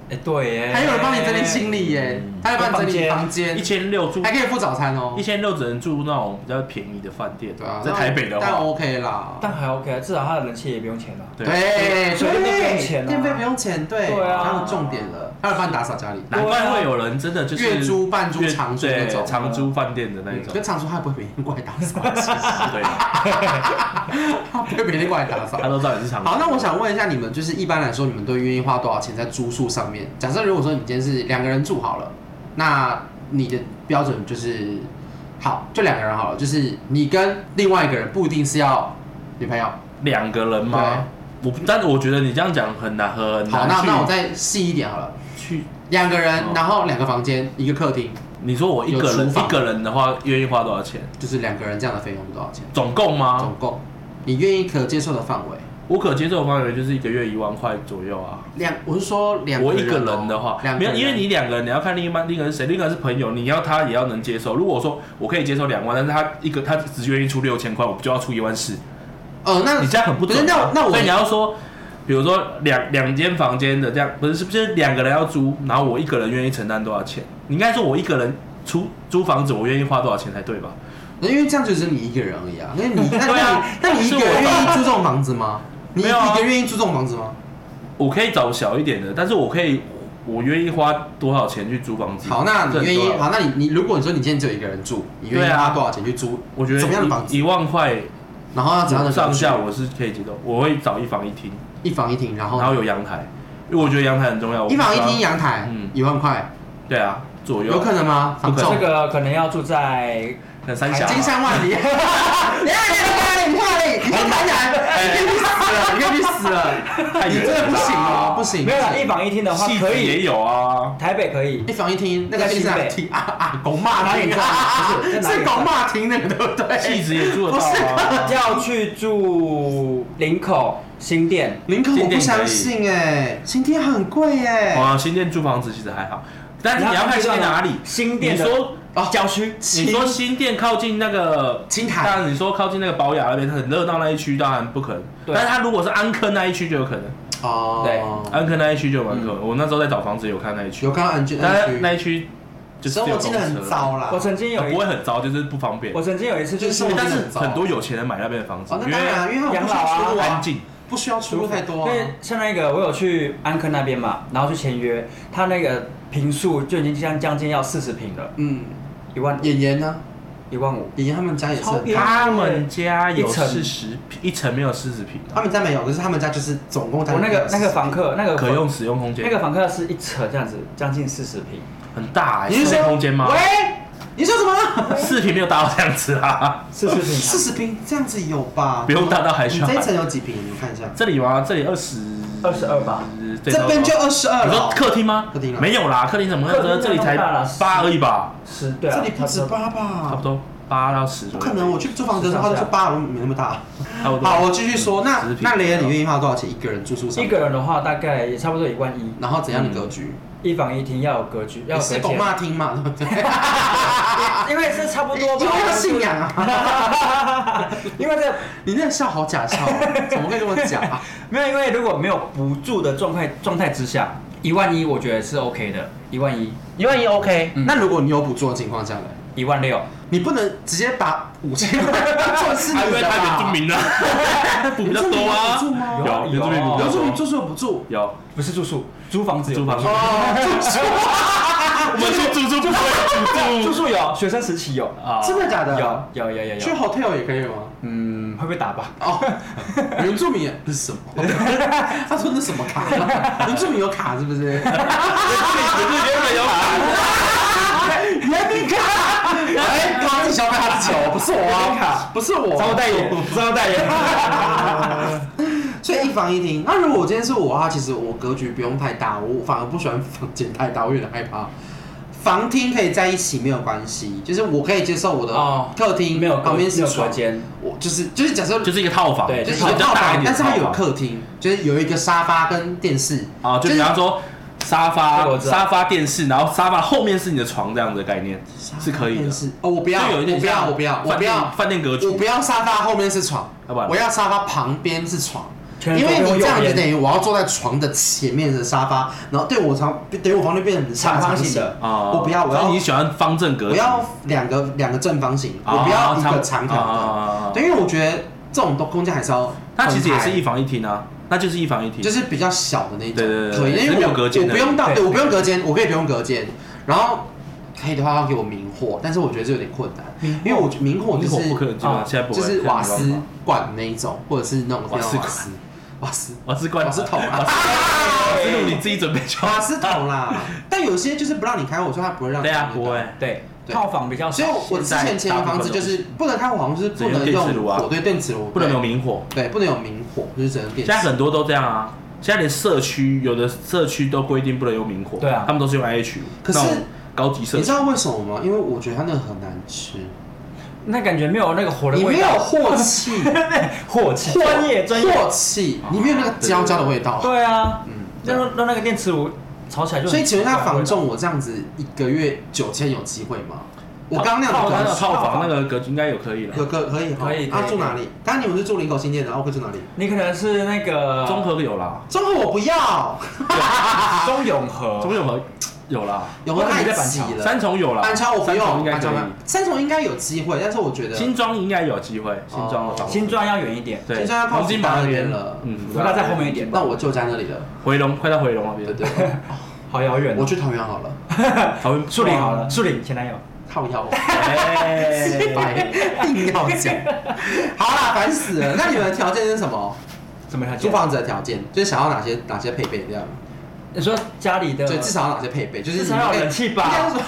Speaker 3: 哎、对耶，
Speaker 1: 还有人帮你整理行李耶，还有人帮你整理房间
Speaker 4: 嗯一，千六住
Speaker 1: 还可以付早餐哦
Speaker 4: 一。千六只能住那种比较便宜的饭店，
Speaker 1: 对啊，
Speaker 4: 在台北的
Speaker 1: 但
Speaker 4: 话，
Speaker 1: OK 啦。
Speaker 3: 但还 OK，至啊少他的人气也不用钱啊了、
Speaker 4: 对
Speaker 1: 哎对，
Speaker 3: 所以电费不用钱啊
Speaker 1: 电费不用钱，对，
Speaker 3: 对啊
Speaker 1: 然后重点了，还有帮你打扫家里，
Speaker 4: 难怪会有人真的就是
Speaker 1: 啊月租半租
Speaker 4: 月
Speaker 1: 长租那
Speaker 4: 对
Speaker 1: 种
Speaker 4: 长租饭店的那
Speaker 1: 嗯
Speaker 4: 种，
Speaker 1: 跟常说他不会每天过来打扫，其 实
Speaker 4: 对，
Speaker 1: 他不会每天过来打扫
Speaker 4: 他。都知道你是长租。
Speaker 1: 好，那我想问一下你们，就是一般来说，你们都愿意花多少钱在住宿上面？假设如果说你今天是两个人住好了，那你的标准就是好，就两个人好了，就是你跟另外一个人不一定是要女朋友。
Speaker 4: 两个人吗？我不，但我觉得你这样讲很难很
Speaker 1: 好，那
Speaker 4: 难
Speaker 1: 那我
Speaker 4: 去
Speaker 1: 再细一点好了，
Speaker 4: 去。
Speaker 1: 两个人
Speaker 4: 哦，
Speaker 1: 然后两个房间，一个客厅，
Speaker 4: 你说我一个
Speaker 1: 有
Speaker 4: 人
Speaker 1: 厨房
Speaker 4: 一个人的话，愿意花多少钱？
Speaker 1: 就是两个人这样的费用是多少钱？
Speaker 4: 总共吗
Speaker 1: 总？共，你愿意可接受的范围，
Speaker 4: 我可接受的范围就是一个月一万块左右啊。
Speaker 1: 两我是说两
Speaker 4: 我
Speaker 1: 哦
Speaker 4: 一个人的话，
Speaker 1: 两
Speaker 4: 没
Speaker 1: 个
Speaker 4: 有，
Speaker 1: 人
Speaker 4: 因为你两个人，你要看另一半，另一个人是谁，另一个人是朋友，你要他也要能接受。如果我说我可以接受两万，但是他一个他只愿意出六千块，我就要出一万四，
Speaker 1: 哦，那
Speaker 4: 你这样很不
Speaker 1: 不是
Speaker 4: 准啊、
Speaker 1: 那那我
Speaker 4: 所以你要说，比如说两两间房间的这样，不是是不是两个人要租，然后我一个人愿意承担多少钱？你应该说我一个人出租房子，我愿意花多少钱才对吧？
Speaker 1: 因为这样就是你一个人而已啊。那你那
Speaker 4: 对啊
Speaker 1: 那你那你一个
Speaker 4: 是我
Speaker 1: 人愿意住这种房子吗？你一
Speaker 4: 没有啊嗯
Speaker 1: 个人愿意住这种房子吗？
Speaker 4: 我可以找小一点的，但是我可以我愿意花多少钱去租房子？
Speaker 1: 好，那
Speaker 4: 这
Speaker 1: 你
Speaker 4: 很
Speaker 1: 愿意
Speaker 4: 多？啊
Speaker 1: 好，那你你如果你说你今天只有一个人住，你愿意
Speaker 4: 对啊
Speaker 1: 花多少钱去租？
Speaker 4: 我觉得
Speaker 1: 怎么样的房子？
Speaker 4: 一一万块
Speaker 1: 然后要怎样的
Speaker 4: 上下
Speaker 1: 格局
Speaker 4: 我是可以接受，我会找一房一厅，
Speaker 1: 一房一厅，然后
Speaker 4: 然后有阳台，因为我觉得阳台很重要。我
Speaker 1: 哦一房一
Speaker 4: 不知道
Speaker 1: 厅，阳台
Speaker 4: 嗯
Speaker 1: 一万块，
Speaker 4: 对啊，左右
Speaker 1: 有可能吗？
Speaker 4: 不
Speaker 1: 房
Speaker 4: 可能
Speaker 1: 仲
Speaker 3: 这个可能要住在
Speaker 4: 能三峡吧，
Speaker 1: 哎金山万里，你看你看你看你，你先谈谈，你可以去死了，你可以去死了，
Speaker 4: 太
Speaker 1: 你
Speaker 4: 远
Speaker 1: 真的
Speaker 4: 了
Speaker 1: 不行哦，不行，
Speaker 3: 没有啦
Speaker 1: 不行
Speaker 3: 一房一厅的话
Speaker 4: 戏子
Speaker 3: 可
Speaker 4: 也
Speaker 3: 以，
Speaker 4: 有啊，
Speaker 3: 台北可以
Speaker 1: 一，房一厅，那个
Speaker 3: 在
Speaker 1: 是
Speaker 3: 新北
Speaker 1: 厅啊啊，拱骂
Speaker 3: 哪里
Speaker 1: 厅
Speaker 3: 知道
Speaker 1: 啊，
Speaker 3: 不是在哪里
Speaker 1: 是
Speaker 3: 知道
Speaker 1: 拱骂厅那个 对不
Speaker 4: 戏
Speaker 1: 对？
Speaker 4: 子也住得到啊。
Speaker 3: 要去住林口新店，
Speaker 1: 林肯我
Speaker 4: 新
Speaker 1: 不
Speaker 4: 店可以
Speaker 1: 相信哎，新店很贵哎，
Speaker 4: 啊，新店租房子其实还好，但是你要看新店哪里。
Speaker 3: 新
Speaker 4: 你
Speaker 3: 店的
Speaker 4: 说
Speaker 1: 哦
Speaker 3: 郊区，
Speaker 1: 青
Speaker 4: 你说新店靠近那个
Speaker 1: 青海
Speaker 4: 当然你说靠近那个宝雅那边很热闹那一区，当然不可能。
Speaker 3: 对
Speaker 4: 但是它如果是安坑那一区就有可能，
Speaker 1: 啊哦，嗯
Speaker 4: 安坑那一区就有可能。我那时候在找房子有看那一区，
Speaker 1: 有刚刚安全
Speaker 4: 但
Speaker 1: 安
Speaker 4: 是那
Speaker 1: 全
Speaker 4: 一区
Speaker 1: 区，
Speaker 4: 就是
Speaker 1: 生
Speaker 4: 只
Speaker 1: 活
Speaker 4: 有
Speaker 1: 真的
Speaker 4: 公
Speaker 1: 很
Speaker 4: 车
Speaker 1: 糟啊啦
Speaker 3: 我。曾经有
Speaker 4: 不
Speaker 3: 一，
Speaker 4: 会很糟，就是不方便
Speaker 3: 我。曾经有一次就
Speaker 1: 就是是
Speaker 4: 但
Speaker 1: 真的
Speaker 4: 是
Speaker 1: 很糟啊
Speaker 4: 很多有钱人买那边的房子
Speaker 1: 哦，，那
Speaker 4: 因
Speaker 1: 当
Speaker 4: 为
Speaker 1: 然啊，因为他们不需要
Speaker 3: 养老啊
Speaker 1: 出入啊
Speaker 4: 安静。
Speaker 1: 不需要出入太多啊
Speaker 3: 因。为像那个我有去安坑那边嘛，然后去签约，他那个平数就已经将将近要四十平了，
Speaker 1: 嗯，
Speaker 3: 一万
Speaker 1: 演员呢？
Speaker 3: 一万五，
Speaker 1: 演员他们家也是
Speaker 3: 超，便宜
Speaker 4: 他们家有
Speaker 3: 一层
Speaker 4: 四十一层没有四十平啊，
Speaker 1: 他们家没有，可是他们家就是总共他
Speaker 3: 我
Speaker 1: 们
Speaker 3: 那个那个
Speaker 1: 房，
Speaker 3: 房客那个
Speaker 4: 可用使用空间
Speaker 3: 那个房客是一层这样子，将近四十平，
Speaker 4: 很大欸，
Speaker 1: 你是
Speaker 4: 室内
Speaker 1: 说
Speaker 4: 空间吗？
Speaker 1: 喂，你说什么？
Speaker 4: 四平没有大到这样子 啊，
Speaker 3: 四十平
Speaker 1: 四十平这样子有吧？
Speaker 4: 不用大到还需
Speaker 1: 你
Speaker 4: 要
Speaker 1: 这一层有几平？你看一下，
Speaker 4: 这里吗？这里二十呃
Speaker 3: 22吧，
Speaker 4: 对
Speaker 1: 这边就二十二
Speaker 4: 你说
Speaker 1: 了。
Speaker 4: 客厅吗？
Speaker 1: 客厅啊啊
Speaker 4: 没有啦，客厅怎么可
Speaker 3: 客
Speaker 4: 能？
Speaker 3: 厅
Speaker 4: 这里才
Speaker 3: 那么大啦
Speaker 4: 八而已吧，
Speaker 3: 是，对啊，
Speaker 1: 这里不止
Speaker 3: 差多
Speaker 1: 八吧？
Speaker 4: 差不多八到十
Speaker 1: 不
Speaker 4: 左右。
Speaker 1: 啊可能，我去租房子的时候，他就说八，我没那么大。
Speaker 4: 差不多。
Speaker 1: 好，我继续说。那
Speaker 4: 十平
Speaker 1: 那雷恩，你愿意花多少钱一个人住宿舍？
Speaker 3: 一个人的话大概也差不多一万一，
Speaker 1: 然后怎样的格局？
Speaker 3: 一房一厅要有格嗯局，要啊
Speaker 1: 你
Speaker 3: 有
Speaker 1: 是
Speaker 3: 隔
Speaker 1: 懂
Speaker 3: 间，
Speaker 1: 骂听嘛，对不对？
Speaker 3: 因为是差不多吧，
Speaker 1: 因为要信仰啊！
Speaker 3: 因为这
Speaker 1: 你那个笑好假笑啊， 怎么可以这么假啊？
Speaker 3: 没有，因为如果没有补助的状态状态之下，一万一我觉得是 OK 的，一万一、
Speaker 1: 一万一 OK，
Speaker 3: 嗯
Speaker 1: 那如果你有补助的情况下呢？
Speaker 3: 一万六，
Speaker 1: 你不能直接把五千块当做是
Speaker 4: 还
Speaker 1: 你
Speaker 4: 因为
Speaker 1: 的
Speaker 4: 他原住
Speaker 1: 吧？
Speaker 4: 民啊，补比较多
Speaker 1: 原
Speaker 4: 啊
Speaker 1: 住民有补助吗，
Speaker 4: 有原住民补比较
Speaker 1: 原住民
Speaker 4: 多，
Speaker 1: 住宿有补助
Speaker 4: 有
Speaker 3: 不是住宿，租房子有
Speaker 4: 租房子
Speaker 3: 补
Speaker 1: 哦，住宿啊
Speaker 4: 我们去住住不会
Speaker 3: 助
Speaker 4: 补
Speaker 3: 住
Speaker 4: 助
Speaker 3: 宿有，学生时期有，
Speaker 4: 啊
Speaker 1: 真的假的？
Speaker 3: 有有有有
Speaker 1: 去
Speaker 3: 有，
Speaker 1: hotel 也可以吗？
Speaker 3: 嗯，会不会打吧？
Speaker 1: 哦，原住民也不是什么， 他说那什么卡？原住民有卡是不是？
Speaker 4: 原本有
Speaker 1: 原民卡？哎，他自己消费他自己哦，不是我
Speaker 3: 原民
Speaker 1: 啊
Speaker 3: 卡，
Speaker 1: 不是我，
Speaker 3: 招代言，招代言，
Speaker 1: 所以一房一厅。那如果我今天是我的话，其实我格局不用太大，我反而不喜欢房间太大，我有点害怕。房厅可以在一起没有关系，就是我可以接受我的
Speaker 3: 哦
Speaker 1: 客厅、
Speaker 3: 没有隔
Speaker 1: 旁边
Speaker 3: 没
Speaker 1: 是
Speaker 3: 有隔
Speaker 1: 床，
Speaker 3: 间，
Speaker 1: 我就是就是假设
Speaker 4: 就是一个套房，
Speaker 3: 对
Speaker 1: 就是
Speaker 4: 比
Speaker 1: 一个
Speaker 4: 较
Speaker 1: 套
Speaker 4: 大一
Speaker 1: 房，
Speaker 4: 点
Speaker 1: 但
Speaker 4: 的
Speaker 1: 是
Speaker 4: 套
Speaker 1: 它
Speaker 4: 房，
Speaker 1: 有客厅，就是有一个沙发跟电视
Speaker 4: 啊，就
Speaker 1: 就
Speaker 4: 比
Speaker 1: 是
Speaker 4: 方说沙
Speaker 3: 这个我
Speaker 4: 发、
Speaker 3: 知道
Speaker 4: 沙发、电视，然后沙发后面是你的床这样的概念是可以
Speaker 1: 电
Speaker 4: 的。
Speaker 1: 视哦，我不
Speaker 4: 就
Speaker 1: 要，
Speaker 4: 有一
Speaker 1: 我
Speaker 4: 点
Speaker 1: 不要，
Speaker 4: 像
Speaker 1: 我不要，我
Speaker 4: 饭
Speaker 1: 不
Speaker 4: 店
Speaker 1: 要，
Speaker 4: 饭店格局
Speaker 1: 我。不要沙发后面是床
Speaker 4: 要不然，
Speaker 1: 我要沙发旁边是床。
Speaker 3: 全
Speaker 1: 因
Speaker 3: 人
Speaker 1: 为
Speaker 3: 都
Speaker 1: 你
Speaker 3: 用
Speaker 1: 这样
Speaker 3: 右
Speaker 1: 子
Speaker 3: 边
Speaker 1: 等于我要坐在床的前面的沙发，然后对我床等于我房间变成下
Speaker 3: 长
Speaker 1: 长
Speaker 3: 方形
Speaker 1: 形
Speaker 3: 的
Speaker 4: 啊，
Speaker 1: 我不要，我
Speaker 4: 所以
Speaker 1: 要
Speaker 4: 你喜欢方正格局，
Speaker 1: 我要两个两个正方形，
Speaker 4: 啊
Speaker 1: 我不要一个
Speaker 4: 长
Speaker 1: 长
Speaker 4: 啊啊啊啊
Speaker 1: 条的，对，因为我觉得这种都空间还是要，
Speaker 4: 它其实也是一。房一厅啊，那就是一房一厅，
Speaker 1: 就是比较小的那种，
Speaker 4: 对对对
Speaker 1: 可以，
Speaker 4: 对
Speaker 1: 因为
Speaker 4: 没有
Speaker 1: 我
Speaker 4: 隔间的
Speaker 1: 我不用到，
Speaker 3: 对
Speaker 1: 对，我不用隔间，我可以不用隔间，然后可以的话要给我明火，但是我觉得这有点困难，因为我觉得明火就
Speaker 4: 你火
Speaker 1: 是
Speaker 4: 不可能基本上现在不会
Speaker 1: 就是瓦
Speaker 4: 现在
Speaker 1: 斯
Speaker 4: 没办法
Speaker 1: 罐那一种，或者是那种
Speaker 4: 瓦斯罐
Speaker 1: 瓦斯瓦斯
Speaker 4: 瓦斯罐
Speaker 1: 瓦斯桶 啊，
Speaker 4: 瓦斯炉你自己准备就
Speaker 1: 瓦
Speaker 4: 好。
Speaker 1: 斯桶啦，但有些就是不让你开火，所以它不会让你
Speaker 4: 对啊，
Speaker 1: 开
Speaker 4: 不
Speaker 1: 火
Speaker 4: 会。哦
Speaker 3: 对，
Speaker 1: 对
Speaker 3: 套房比较
Speaker 1: 所
Speaker 3: 少
Speaker 1: 以，我之前前的房子就是不能开火，好像是不能
Speaker 4: 只能用
Speaker 1: 用
Speaker 4: 电磁炉啊
Speaker 1: 火，对电磁炉，
Speaker 4: 不能有
Speaker 1: 对
Speaker 4: 明火。
Speaker 1: 对，不能有明火，就是只能电
Speaker 4: 现
Speaker 1: 磁
Speaker 4: 在。很多都这样啊，现在连社区有的社区都规定不能用明火，
Speaker 3: 对啊
Speaker 4: 他们都是用 IH，
Speaker 1: 可是
Speaker 4: 那种高级社
Speaker 1: 你
Speaker 4: 区
Speaker 1: 知。道为什么吗？因为我觉得它那个很难吃，
Speaker 3: 那感觉没有那个火的
Speaker 1: 你没
Speaker 3: 味
Speaker 1: 有
Speaker 3: 道，
Speaker 1: 火 气，
Speaker 3: 火气，专业专业，
Speaker 1: 火气，
Speaker 4: 哦
Speaker 1: 你没有那个焦焦的味道。
Speaker 3: 对啊，
Speaker 1: 嗯，
Speaker 3: 那那那个电磁炉炒起来就很
Speaker 1: 所以请问
Speaker 3: 奇
Speaker 1: 他
Speaker 3: 怪的
Speaker 1: 房
Speaker 3: 味道
Speaker 1: 仲，我这样子一个月九千有机会吗？我刚刚那
Speaker 4: 套
Speaker 1: 样
Speaker 4: 房
Speaker 1: 子
Speaker 4: 套房那个格局应该有可以了
Speaker 1: 可，可可以哈
Speaker 3: 可以可以
Speaker 1: 啊，住哪里？刚刚你们是住林口新店的，我可以住哪里？
Speaker 3: 你可能是那个
Speaker 4: 综合有啦，
Speaker 1: 中和我不要，
Speaker 3: 中永和，
Speaker 4: 综合有啦，
Speaker 1: 永和太
Speaker 3: 你在板
Speaker 1: 挤
Speaker 3: 桥
Speaker 1: 了。
Speaker 4: 三重有啦，
Speaker 1: 板桥我不
Speaker 4: 三重
Speaker 1: 用，
Speaker 4: 应该
Speaker 1: 板
Speaker 4: 可
Speaker 1: 桥吗
Speaker 4: 以，
Speaker 1: 三重应啊该有机会，但是我觉得
Speaker 4: 新庄应该有机会，新庄的房子
Speaker 3: 新庄要远一点，
Speaker 4: 对，
Speaker 1: 新庄要靠
Speaker 4: 黄金
Speaker 1: 福大
Speaker 4: 马
Speaker 1: 那
Speaker 4: 那
Speaker 1: 边
Speaker 4: 边
Speaker 1: 了
Speaker 4: 嗯，
Speaker 3: 福大在后面一点
Speaker 1: 那我就在那里了。
Speaker 4: 回龙快到回龙那啊
Speaker 1: 对
Speaker 4: 边，
Speaker 1: 对，
Speaker 3: 好遥远哦。
Speaker 1: 我去桃园好了，
Speaker 4: 桃园
Speaker 3: 树林好了，，树林前男友，
Speaker 1: 靠腰，
Speaker 4: 哎，
Speaker 1: 白硬要讲。好啦，烦死了。那你们的条件是什么？
Speaker 3: 怎么条件
Speaker 1: 租？房子的条件就是想要哪些哪些配备这样？
Speaker 3: 你说家里的
Speaker 1: 对，至少要哪些配备？就是
Speaker 3: 至少要有冷气吧
Speaker 1: 应该是说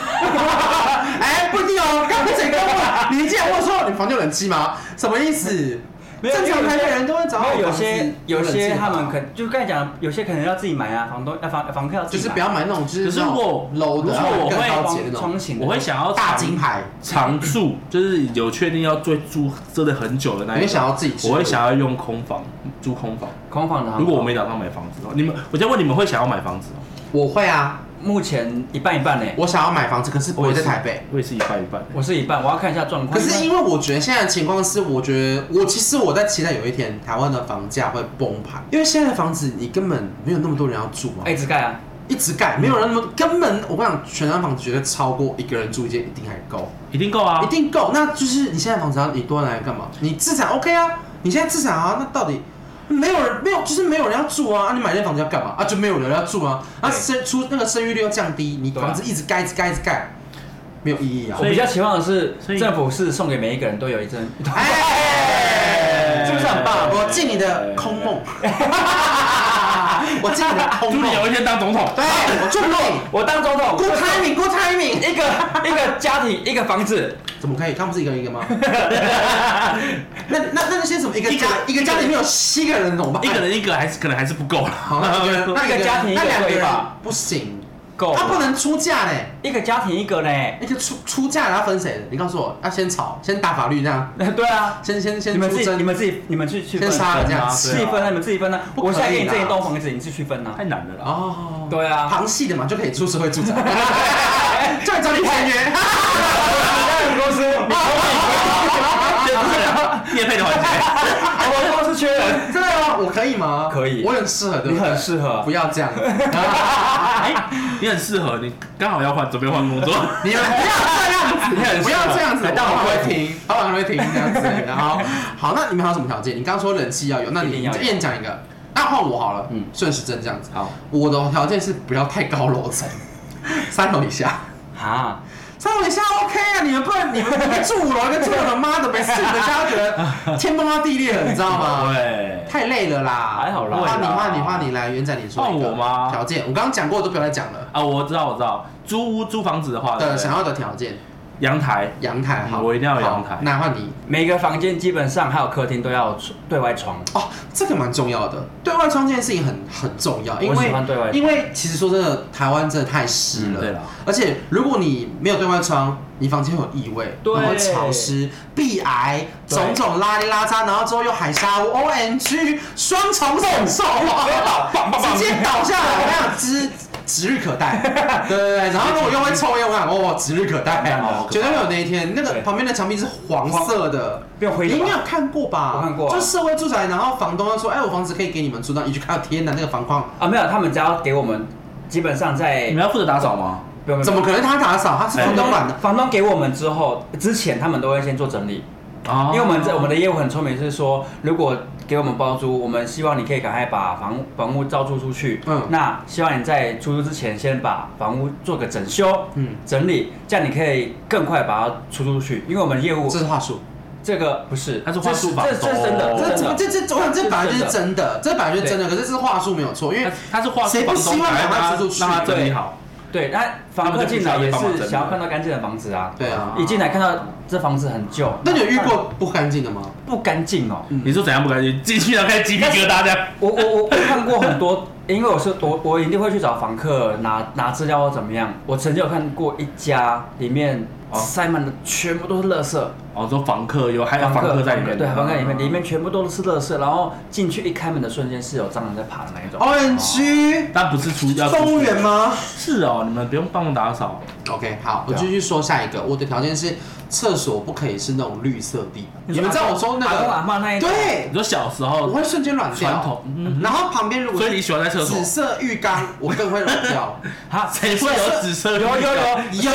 Speaker 1: 哎，不一定哦。刚才整个问，你竟然问说你房间有冷气吗？什么意思？
Speaker 3: 没有
Speaker 1: 正常
Speaker 3: 因为有
Speaker 1: 台
Speaker 3: 些
Speaker 1: 北人都会找
Speaker 3: 没有有
Speaker 1: 房子
Speaker 3: 些有
Speaker 1: 冷气
Speaker 3: 些
Speaker 1: 的吧
Speaker 3: 他们可就刚才讲的，有些可能要自己买啊，房东那房房客要自
Speaker 1: 就是
Speaker 3: 己买
Speaker 1: 不要买那种就是
Speaker 4: 可是
Speaker 1: 那种
Speaker 4: 我
Speaker 1: low 的，
Speaker 4: 如果我
Speaker 1: 更
Speaker 4: 会
Speaker 1: 高级的
Speaker 3: 床
Speaker 1: 那
Speaker 3: 床
Speaker 1: 种
Speaker 3: 型的，
Speaker 4: 我会想要
Speaker 1: 大
Speaker 4: 长
Speaker 1: 金牌。
Speaker 4: 常住，就是有确定要最住真的很久的那
Speaker 1: 你
Speaker 4: 一种。
Speaker 1: 会想要自己吃
Speaker 4: 我会想要用空房租空房。
Speaker 3: 空房的。
Speaker 4: 如果我没打算买房子的话，你们，我先问你们会想要买房子吗？
Speaker 1: 我会啊，
Speaker 3: 目前一半一半呢，
Speaker 1: 我想要买房子，可是不会在台北。
Speaker 4: 我也是一半一半。
Speaker 3: 我是一半，我要看一下状况。
Speaker 1: 可是因为我觉得现在的情况是，我觉得我其实我在期待有一天台湾的房价会崩盘，因为现在的房子你根本没有那么多人要住啊，
Speaker 3: 哎一直盖啊，
Speaker 1: 一直盖没有人那么根本，我跟你讲，全台湾房子绝对超过一个人住一间一定还够，
Speaker 4: 一定够啊
Speaker 1: 一！定够。那就是你现在房子要你多拿来干嘛？你资产 OK 啊，你现在资产啊，那到底没有人没有，就是没有人要住啊！啊，你买那房子要干嘛啊？就没有人要住啊！啊，
Speaker 3: 对
Speaker 1: 生出那个生育率又降低，你
Speaker 3: 对啊
Speaker 1: 房子一直盖、一直盖、一直盖，没有意义啊
Speaker 3: 我！比较期望的是
Speaker 4: 所，以
Speaker 3: 政府是送给每一个人都有一针，
Speaker 1: 哎，
Speaker 3: 是不是很棒？
Speaker 1: 我敬你的空 梦，我敬你的空
Speaker 4: 祝
Speaker 1: 梦
Speaker 4: 你，有一天当总统。
Speaker 1: 对我祝你
Speaker 3: 我当总统，
Speaker 1: ，Good timing，Good timing，
Speaker 3: 一个一个家庭一个房子，
Speaker 1: 怎么可以？他们是一个人一个 吗？那那那那些什么一个
Speaker 4: 一个
Speaker 1: 家一个家里面有七个人怎么办？
Speaker 4: 一个人一个还是可能还是不够了。
Speaker 1: 好，那一个 人那
Speaker 3: 一个家庭一个
Speaker 1: 那两个
Speaker 3: 对
Speaker 1: 人
Speaker 3: 吧哦
Speaker 1: 不行，
Speaker 3: 够
Speaker 1: 他不
Speaker 3: 了，
Speaker 1: 能出价嘞。
Speaker 3: 一个家庭一个呢？
Speaker 1: 那个出出价要分谁的？你告诉我，要先吵，先打法律这样，
Speaker 3: 对啊，
Speaker 1: 先先先
Speaker 3: 你们
Speaker 1: 出
Speaker 3: 自己
Speaker 1: 征，
Speaker 3: 你们自己你们去
Speaker 1: 先
Speaker 3: 去分
Speaker 1: 杀了这样
Speaker 4: 啊
Speaker 1: 子。
Speaker 3: 自己分啊，你们自己分啊！
Speaker 1: 不可以
Speaker 3: 我现在给你
Speaker 1: 啦
Speaker 3: 这一栋房子，你自己去分啊
Speaker 4: 太。难了啦。
Speaker 1: 哦，
Speaker 3: 对啊，
Speaker 1: 旁系的嘛，就可以出社会住 宅，就找你签约。
Speaker 3: 我们公司，
Speaker 4: 叶配的环节，
Speaker 3: 我们公司缺人，
Speaker 1: 真的吗？我可以吗？
Speaker 3: 可以
Speaker 1: 我很适合，对
Speaker 3: 你
Speaker 1: 不对
Speaker 3: 很适合
Speaker 1: 不。要这样，
Speaker 4: 哎，你很适合，你刚好要换，准备换工作。
Speaker 1: 你们不要这样子，
Speaker 4: 你很适合
Speaker 1: 不要这样子，
Speaker 3: 但
Speaker 1: 老
Speaker 3: 我
Speaker 1: 板
Speaker 3: 不会
Speaker 1: 会停，老板会停这样子。然后，好，那你们还有什么条件？你刚刚说人气要有，那
Speaker 3: 一定
Speaker 1: 你
Speaker 3: 要有
Speaker 1: 一人讲一个。那换我好了，嗯
Speaker 3: 嗯，
Speaker 1: 顺时针这样子。
Speaker 3: 好
Speaker 1: 我的条件是不要太高楼层，三楼以下。
Speaker 3: 啊，
Speaker 1: 三楼以下 OK 啊，你们不然你们你们住五楼跟住六楼，妈的没事，人家会觉得天崩地裂了，你知道吗？
Speaker 4: 对，
Speaker 1: 太累了啦，
Speaker 3: 还好啦
Speaker 1: 换你
Speaker 4: 会啦
Speaker 1: 换你换你来，元仔你说一个
Speaker 4: 换我吗
Speaker 1: 条件我刚刚讲过，都不要再讲了。
Speaker 4: 啊，我知道，我知道，租屋租房子的话，对不
Speaker 1: 的
Speaker 4: 对
Speaker 1: 想要的条件，
Speaker 4: 阳台，
Speaker 1: 阳台好，
Speaker 4: 嗯我一定要有阳台
Speaker 1: 好那换你
Speaker 3: 每个房间基本上还有客厅都要有窗对外窗，
Speaker 1: 哦，这个蛮重要的，对外窗这件事情很很重要，因
Speaker 3: 我喜
Speaker 1: 为
Speaker 3: 欢对外窗
Speaker 1: 因为其实说真的，台湾真的太湿了，
Speaker 4: 嗯对啦
Speaker 1: 而且如果你没有对外窗，你房间会有异味，
Speaker 3: 对
Speaker 1: 然后潮湿、壁癌，
Speaker 3: 对
Speaker 1: 种种拉里拉渣，然后之后又海沙屋，O N G，双重忍受，直接倒下来，我想指指日可 待，对对对，然后如果又会抽烟，我想哦，指日可待
Speaker 3: 当然了，
Speaker 1: 绝对会有那一天。那个
Speaker 3: 对
Speaker 1: 旁边的墙壁是黄色的，
Speaker 3: 变灰
Speaker 1: 你
Speaker 3: 了吧
Speaker 1: 应该有看过吧？
Speaker 3: 我看过啊
Speaker 1: 就社会住宅，然后房东就说：“哎，我房子可以给你们住。”然后一去看，天哪，那个房 况
Speaker 3: 啊，没有，他们家要给我们，基本上在
Speaker 4: 你们要负责打扫吗？
Speaker 3: 不用
Speaker 1: 怎么可能他打扫？他是房
Speaker 3: 房
Speaker 1: 东
Speaker 3: 东
Speaker 1: 管的。
Speaker 3: 房东给我们之后，之前他们都会先做整理，
Speaker 1: 哦
Speaker 4: 啊
Speaker 3: 因为我们在我们的业务很聪明，是说如果给我们包租，我们希望你可以赶快把房房屋招租出去，
Speaker 1: 嗯
Speaker 3: 那希望你在出租之前先把房屋做个整修，
Speaker 1: 嗯，
Speaker 3: 整理，这样你可以更快把它出出去，因为我们业务
Speaker 1: 这是话术，
Speaker 3: 这个不是，
Speaker 4: 它是话术
Speaker 3: 这
Speaker 4: 法
Speaker 3: 这这是真的，
Speaker 4: 哦
Speaker 1: 这
Speaker 3: 真的，啊
Speaker 1: 这这这，我想这本来就是真的，这本来就是真的。可是这是话术没有错，
Speaker 3: 哎
Speaker 1: 因为
Speaker 4: 他他是画
Speaker 1: 谁不希望
Speaker 4: 让
Speaker 1: 把它
Speaker 4: 他
Speaker 1: 租出去
Speaker 4: 让他整理好，
Speaker 3: 对，那
Speaker 4: 他
Speaker 3: 房
Speaker 4: 们就
Speaker 3: 客
Speaker 4: 必须
Speaker 3: 进来
Speaker 4: 要被
Speaker 3: 也
Speaker 4: 帮忙
Speaker 3: 是
Speaker 4: 整理
Speaker 3: 想要看到干净的房子啊，
Speaker 1: 对啊。
Speaker 3: 一进来看到这房子很旧，
Speaker 1: 那你有遇过不干净的吗？
Speaker 3: 不干净哦？
Speaker 4: 你说怎样不干净？进去然后开始鸡皮疙瘩这样。
Speaker 3: 我我我我看过很多，因为我是我我一定会去找房客拿拿资料或怎么样。我曾经有看过一家里面
Speaker 4: 哦
Speaker 3: 塞满了全部都是垃圾，
Speaker 4: 哦，说房客有
Speaker 1: 哎
Speaker 4: 还有房客在里面，
Speaker 3: 对，房客里
Speaker 1: 嗯
Speaker 3: 面里面全部都是垃圾，然后进去一开门的瞬间是有蟑螂在爬的那一种。
Speaker 1: O 哦 N G，
Speaker 4: 但不是出要出去
Speaker 1: 动物园？吗
Speaker 4: 是哦，你们不用帮忙打扫。
Speaker 1: ？OK，好，我
Speaker 3: 对啊
Speaker 1: 继续说下一个。我的条件是厕所不可以是那种绿色地。你们知道我说那
Speaker 3: 阿公阿
Speaker 1: 个？
Speaker 3: 嬷那一种，
Speaker 1: 对
Speaker 4: 你，说小时
Speaker 1: 我
Speaker 4: 候
Speaker 1: 会，瞬间软
Speaker 4: 传
Speaker 1: 掉
Speaker 4: 统。嗯
Speaker 1: 然后旁边如果
Speaker 4: 所
Speaker 1: 是
Speaker 4: 以你喜欢在厕所
Speaker 1: 紫？色浴缸，我更会软 掉。
Speaker 3: 啊，
Speaker 4: 谁会有啊紫色？
Speaker 3: 有有有
Speaker 1: 有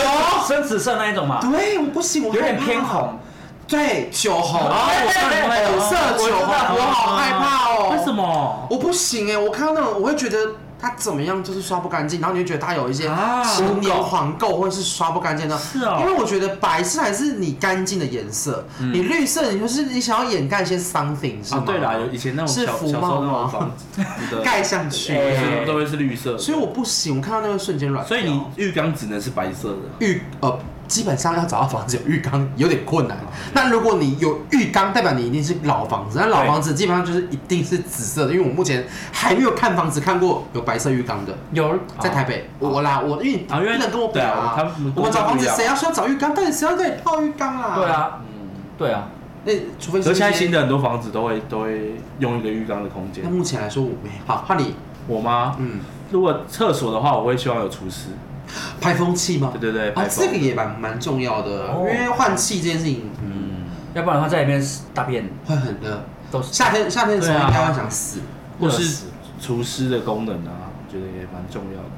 Speaker 3: 深紫色那一种嘛，
Speaker 1: 啊对，我啊不行，我
Speaker 3: 有点
Speaker 1: 害怕
Speaker 3: 偏红，
Speaker 1: 对，酒红，
Speaker 4: 哦我知道
Speaker 1: 哎
Speaker 4: 你会有
Speaker 1: 红
Speaker 4: 啊
Speaker 1: 色酒红，我好害怕哦。
Speaker 4: 为什？么？
Speaker 1: 我不行哎，我看到那种，我会觉得它怎么样就是刷不干净，然后你会觉得它有一些
Speaker 4: 啊
Speaker 1: 新年黄垢或者是刷不干净的。
Speaker 4: 是哦嗯
Speaker 1: 因为我觉得白色还是你干净的颜色，你绿色你就是你想要掩盖一些 something 是
Speaker 4: 啊
Speaker 1: 吗？，
Speaker 4: 对啦，有以前那种
Speaker 1: 是
Speaker 4: 小小
Speaker 1: 福
Speaker 4: 时
Speaker 1: 帽
Speaker 4: 候那
Speaker 1: 吗
Speaker 4: 种房子的
Speaker 1: 盖上去。
Speaker 3: 哎
Speaker 4: 全部都会是绿色的，
Speaker 1: 所以我不行，我看到那个瞬间软掉。
Speaker 4: 所以你浴缸只能是白色的。
Speaker 1: 浴呃，基本上要找到房子有浴缸有点困难。那如果你有浴缸，代表你一定是老房子。那老房子基本上就是一定是紫色的，因为我目前还没有看房子看过有白色浴缸的。
Speaker 3: 有
Speaker 1: 在台北，我啦，我因为
Speaker 4: 啊因为
Speaker 1: 不能跟我比
Speaker 4: 啊对啊他们
Speaker 1: 我们找房子
Speaker 4: 跟我不一样
Speaker 1: 谁要需要找浴缸？到底谁要对你泡浴缸啊？
Speaker 3: 对，啊，对啊，
Speaker 1: 那除非
Speaker 4: 可
Speaker 1: 是
Speaker 4: 是现在
Speaker 1: 一些
Speaker 4: 啊新，的很多房子都会都会用一个浴缸的空间
Speaker 1: 那。目前来说我没好，换你，
Speaker 4: 我吗？
Speaker 1: 嗯，
Speaker 4: 如果厕所的话，我会希望有厨师。
Speaker 1: 排风器吗？
Speaker 4: 对对对，
Speaker 1: 啊，
Speaker 4: 排风
Speaker 1: 这个也蛮蛮重要的，因
Speaker 3: 哦
Speaker 1: 为换气这件事情，嗯，
Speaker 4: 嗯，
Speaker 3: 要不然的话在里面大便
Speaker 1: 会很热。
Speaker 3: 都是
Speaker 1: 夏天夏天的时候
Speaker 4: 对啊
Speaker 1: 应该会想死。
Speaker 4: 或
Speaker 3: 热
Speaker 4: 是
Speaker 3: 死
Speaker 4: 厨师的功能啊，我觉得也蛮重要的。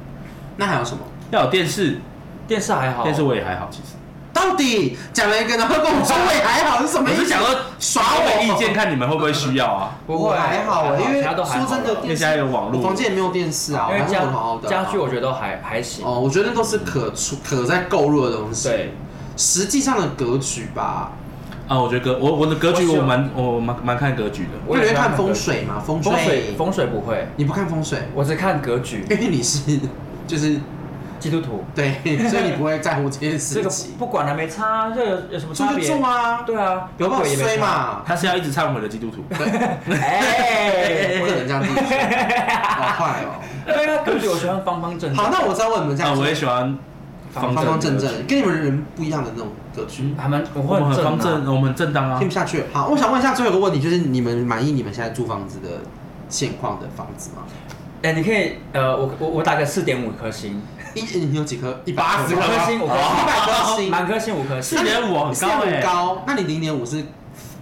Speaker 1: 那还有什么？
Speaker 4: 要有电视，
Speaker 3: 电视还好，
Speaker 4: 电视我也还好，其实。
Speaker 1: 到底讲了一个，然后跟我说胃还好是什么
Speaker 4: 我
Speaker 1: 意思？
Speaker 4: 是想说
Speaker 1: 耍
Speaker 4: 他
Speaker 1: 我
Speaker 4: 们意见，看你们会不会需要啊？
Speaker 3: 不会啊
Speaker 1: 我还好，欸因为
Speaker 3: 其他都还
Speaker 1: 说
Speaker 3: 好
Speaker 1: 真的，
Speaker 4: 因
Speaker 1: 电
Speaker 4: 为
Speaker 1: 视
Speaker 4: 现在有网
Speaker 1: 我
Speaker 4: 络
Speaker 1: 房，间也没有电视啊，我
Speaker 3: 因为
Speaker 1: 还是
Speaker 3: 家
Speaker 1: 混好好的啊、
Speaker 3: 家具我觉得都还还行。
Speaker 1: 哦，我觉得那都是可出可在购入的东西，
Speaker 3: 对，
Speaker 1: 实际上的格局吧，
Speaker 4: 啊，我觉得格我我的格局
Speaker 3: 我希
Speaker 4: 我
Speaker 3: 望
Speaker 4: 蛮我蛮蛮看格局的。
Speaker 3: 我
Speaker 1: 那
Speaker 3: 也
Speaker 1: 你会
Speaker 3: 喜欢
Speaker 1: 看
Speaker 3: 看
Speaker 1: 风
Speaker 3: 格
Speaker 1: 水嘛？风
Speaker 3: 风
Speaker 1: 水
Speaker 3: 水，风水不会，
Speaker 1: 你不看风水，
Speaker 3: 我只看格局。
Speaker 1: 因为你是就是
Speaker 3: 基督徒
Speaker 1: 对，所以你不会在乎这件
Speaker 3: 这
Speaker 1: 事
Speaker 3: 个
Speaker 1: 情，
Speaker 3: 不管了，没差，啊这有有什么
Speaker 1: 住
Speaker 3: 差
Speaker 1: 就
Speaker 3: 别？
Speaker 1: 住啊，
Speaker 3: 对啊，
Speaker 1: 有没有
Speaker 3: 鬼也没
Speaker 1: 衰
Speaker 3: 差？
Speaker 1: 嘛？
Speaker 4: 他是要一直忏悔的基督徒，
Speaker 1: 不可能
Speaker 3: 哎，
Speaker 1: 这样子说，好坏哦。
Speaker 3: 对啊，格局我喜欢方方 正
Speaker 1: 好，
Speaker 3: 正，
Speaker 1: 那我再问你们 这
Speaker 4: 啊，
Speaker 1: 样子，
Speaker 4: 我也喜欢方
Speaker 1: 方方正
Speaker 4: 的格
Speaker 1: 正，
Speaker 4: 局，
Speaker 1: 跟你们人不一样的那种格局，
Speaker 3: 嗯还蛮我
Speaker 4: 我
Speaker 3: 会
Speaker 4: 们
Speaker 3: 很
Speaker 4: 很方
Speaker 3: 正啊。
Speaker 4: 正，我们很正当啊
Speaker 1: 听。不下去。好，我想问一下最后一个问题，就是你们满意你们现在租房子的现况的房子吗？
Speaker 3: 哎，你可以呃，我我我打个四点五颗星，
Speaker 1: 一哎你有几颗？一
Speaker 3: 八十颗星，五颗星，
Speaker 1: 一百颗星，
Speaker 3: 满颗星五颗星，
Speaker 4: 4.5很高欸
Speaker 1: 4.5高。那你零点五是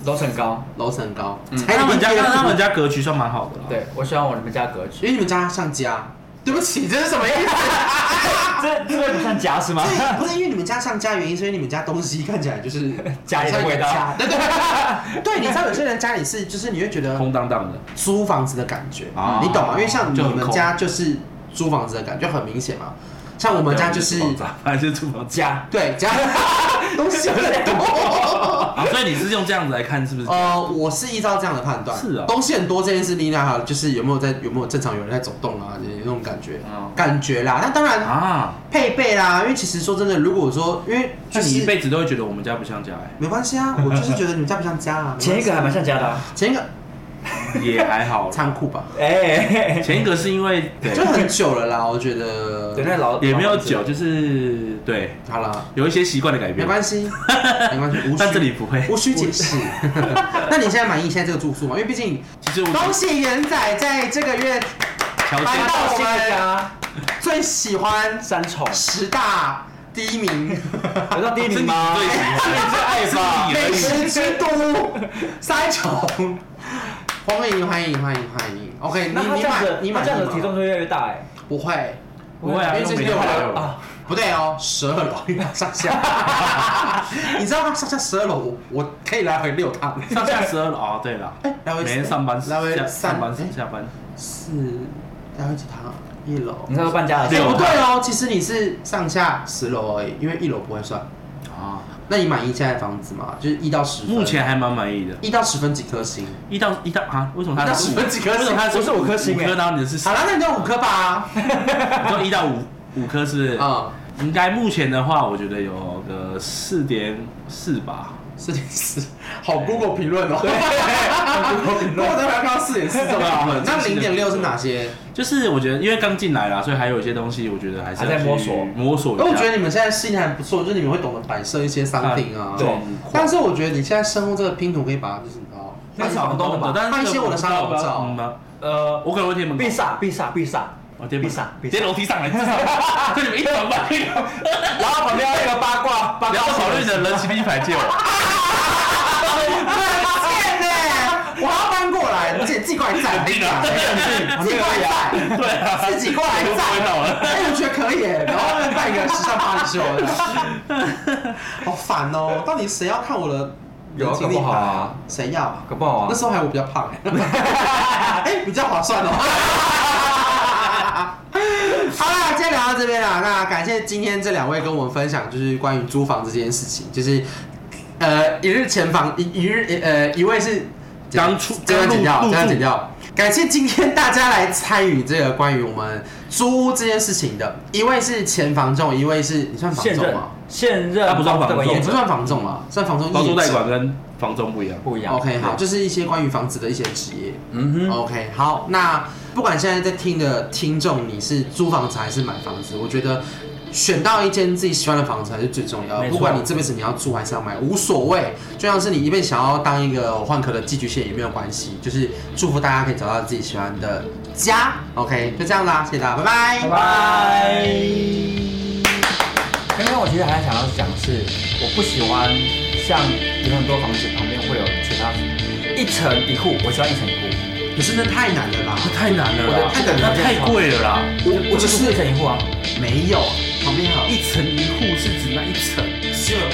Speaker 3: 楼层高。
Speaker 1: 楼层高，
Speaker 3: 嗯
Speaker 1: 才
Speaker 4: 哎他们家
Speaker 1: 0.5
Speaker 4: 他们，家格局算蛮好的啦。
Speaker 3: 对，我喜欢我们家格局。
Speaker 1: 因为你们家像家。对不起，这是什么意思？啊
Speaker 3: 这这个不算夹是 吗
Speaker 1: 所以不是因为你们家像家原因，所以你们家东西看起来就是
Speaker 3: 家里的
Speaker 1: 像一
Speaker 3: 味道
Speaker 1: 个家对对对，对，你知道有些人家里是，就是你会觉得
Speaker 4: 空荡荡的，
Speaker 1: 租房子的感觉，
Speaker 4: 啊
Speaker 1: 你懂吗？因为像你
Speaker 4: 就很
Speaker 1: 们
Speaker 4: 空
Speaker 1: 家就是租房子的感觉很明显嘛，像我们家就是
Speaker 4: 还是厨房
Speaker 3: 夹
Speaker 1: 对 家东西很多。
Speaker 4: 啊，所以你是用这样子来看是不是？
Speaker 1: 呃，我是依照这样的判断，
Speaker 4: 是啊
Speaker 1: 东西很多这件事，丽娜哈，就是有没有在有没有正常有人在走动啊，就是那种感觉，
Speaker 4: 嗯
Speaker 1: 感觉啦。那当然
Speaker 4: 啊，
Speaker 1: 配备啦，因为其实说真的，如果说因为
Speaker 4: 那
Speaker 1: 就
Speaker 4: 你一
Speaker 1: 是
Speaker 4: 辈子都会觉得我们家不像家哎，
Speaker 1: 没关系 啊，我就是觉得你们家不像家啊。
Speaker 3: 前一个还蛮像夹的啊。
Speaker 1: 前一个
Speaker 4: 也还 好啦。
Speaker 1: 仓库吧，
Speaker 3: 哎，
Speaker 4: 前一个是因为 对
Speaker 1: 就很久了啦，我觉得
Speaker 3: 对，。那老
Speaker 4: 也没有久，，就是对
Speaker 1: 好啦，
Speaker 4: 有一些习惯的改
Speaker 1: 没
Speaker 4: 变，
Speaker 1: 关 系，没关系，无需
Speaker 4: 但这里不会。
Speaker 1: 无需解释。 那你现在满意现在这个住宿吗？因为毕竟
Speaker 4: 其实我
Speaker 1: 恭喜元仔在这个月
Speaker 4: 条
Speaker 1: 搬
Speaker 4: 件
Speaker 1: 到
Speaker 3: 老
Speaker 1: 我
Speaker 3: 新的
Speaker 1: 们
Speaker 3: 家
Speaker 1: 最喜欢
Speaker 3: 啊三重，
Speaker 1: 十大第一名，
Speaker 3: 得
Speaker 4: 啊
Speaker 1: 啊
Speaker 3: 到第一名吗？
Speaker 4: 是你最喜欢
Speaker 3: 是你最爱吧？
Speaker 1: 美食之都三重，欢迎欢迎欢迎欢迎。OK，你
Speaker 3: 那他
Speaker 1: 你
Speaker 3: 这样
Speaker 1: 买
Speaker 3: 子，
Speaker 1: 你
Speaker 3: 他
Speaker 1: 买
Speaker 3: 这样子体重就越来越大哎。
Speaker 1: 不会，
Speaker 4: 不会啊，
Speaker 1: 因为这是
Speaker 4: 又没有
Speaker 1: 六楼
Speaker 4: 了
Speaker 3: 啊，
Speaker 1: 不对哦，十二楼因为它上下， 你知道吗？上下十二楼，我我可以来回六趟，
Speaker 4: 上下十二楼哦，对了
Speaker 1: 哎来，回
Speaker 4: 每天上班
Speaker 1: 来回
Speaker 4: 下上班
Speaker 1: 三哎
Speaker 4: 下班，
Speaker 1: 四来回几趟？一楼。
Speaker 3: 你知道搬家的时
Speaker 1: 哎
Speaker 3: 候
Speaker 1: 不对哦，其实你是上下十楼而已，因为一楼不会算。
Speaker 4: 啊，
Speaker 1: 那你满意现在的房子吗？就是一到十分，
Speaker 4: 目前还蛮满意的。
Speaker 1: 一到十分几颗星？
Speaker 4: 一到一到啊，为什么他
Speaker 1: 一到
Speaker 4: 是
Speaker 1: 十
Speaker 4: 五
Speaker 1: 分几颗欸
Speaker 4: 为什么他
Speaker 3: 我是五颗星
Speaker 4: 五
Speaker 3: 哎
Speaker 4: 颗，然后你的是
Speaker 1: 好了，那你就五颗吧。
Speaker 4: 你说一到五五颗是不 是？
Speaker 1: 啊，
Speaker 4: 应该目前的话，我觉得有个四点四吧。
Speaker 1: 四点四，好 Google 评论哦。Google 评论，我才看到四点四这么评论。那零点六是哪些？
Speaker 4: 就是我觉得，因为刚进来啦，所以还有一些东西，我觉得还是要
Speaker 3: 还在摸索
Speaker 4: 去摸索一
Speaker 1: 哎，
Speaker 4: 下。
Speaker 1: 我觉得你们现在适应还不错，就是你们会懂得摆设一些商品啊。
Speaker 4: 对
Speaker 1: 但是我觉得你现在生活这个拼图可以把它就是你知道
Speaker 3: 那是房东的吧
Speaker 4: 但是
Speaker 1: 拍一些我的沙龙照
Speaker 4: 嗯啊
Speaker 3: 呃，
Speaker 4: 我可能会贴门口
Speaker 3: 必，杀必杀必杀，
Speaker 4: 我贴哦门
Speaker 3: 必杀必
Speaker 4: 贴
Speaker 3: 杀
Speaker 4: 楼梯上来，这 你们一层吧。
Speaker 3: 然后旁边那个八卦八
Speaker 4: 不要
Speaker 3: 卦
Speaker 4: 考虑你的人气币牌借 我，
Speaker 1: 贱呢，我还要搬过来，而且自己过来站，自己 过来站，自己过来站，
Speaker 4: 对啊，
Speaker 1: 自己过来
Speaker 4: 都不会
Speaker 1: 站。
Speaker 4: 到了。
Speaker 1: 哎，我觉得可以 耶，然后办一个时尚巴黎秀， 好烦哦！到底谁要看我的
Speaker 3: 有
Speaker 1: 人
Speaker 3: 啊
Speaker 1: 情
Speaker 3: 搞
Speaker 1: 立
Speaker 3: 不好
Speaker 1: 牌
Speaker 3: 啊？
Speaker 1: 谁要啊？
Speaker 3: 搞不好
Speaker 1: 那
Speaker 3: 啊，
Speaker 1: 时候还我比较 胖哎，哎，比较划算哦。 好啦，今天聊到这边啦。那感谢今天这两位跟我们分享，就是关于租房这件事情，就是呃一日前房一一日呃一位是
Speaker 4: 刚出
Speaker 1: 这段剪掉，
Speaker 4: 刚
Speaker 1: 这
Speaker 4: 入
Speaker 1: 段
Speaker 4: 入
Speaker 1: 剪
Speaker 4: 住
Speaker 1: 掉。感谢今天大家来参与这个关于我们租屋这件事情的，一位是前房仲，一位是你算房
Speaker 3: 现
Speaker 1: 仲
Speaker 3: 任
Speaker 1: 吗？
Speaker 3: 现任
Speaker 4: 他不算房东
Speaker 3: 这个业
Speaker 1: 啊你不
Speaker 3: 者
Speaker 1: 算房仲嘛，算房仲
Speaker 4: 包租
Speaker 1: 业
Speaker 4: 代
Speaker 1: 者
Speaker 4: 管跟房东不一样。
Speaker 3: 不一样。
Speaker 1: OK，好，就是一些关于房子的一些职业。
Speaker 3: 嗯哼，
Speaker 1: OK，好，那不管现在在听的听众，你是租房子还是买房子，我觉得选到一间自己喜欢的房子还是最重要的。
Speaker 3: 没错
Speaker 1: 不管你这辈子你要住还是要买，无所谓。就像是你一辈子想要当一个换壳的寄居蟹也没有关系，就是祝福大家可以找到自己喜欢的家。OK，就这样啦，谢谢大家，拜拜，
Speaker 3: 拜拜。刚刚我其实还想要讲的是，我不喜欢像有很多房子旁边会有其他一层一户，我喜欢一层一户，
Speaker 1: 可是那太难了啦，
Speaker 4: 这太难了啦，
Speaker 1: 我的
Speaker 4: 那太贵了啦。
Speaker 1: 我我就是
Speaker 3: 一层一户啊。
Speaker 1: 没有旁边好
Speaker 4: 一层一户是指那一层，
Speaker 1: 是有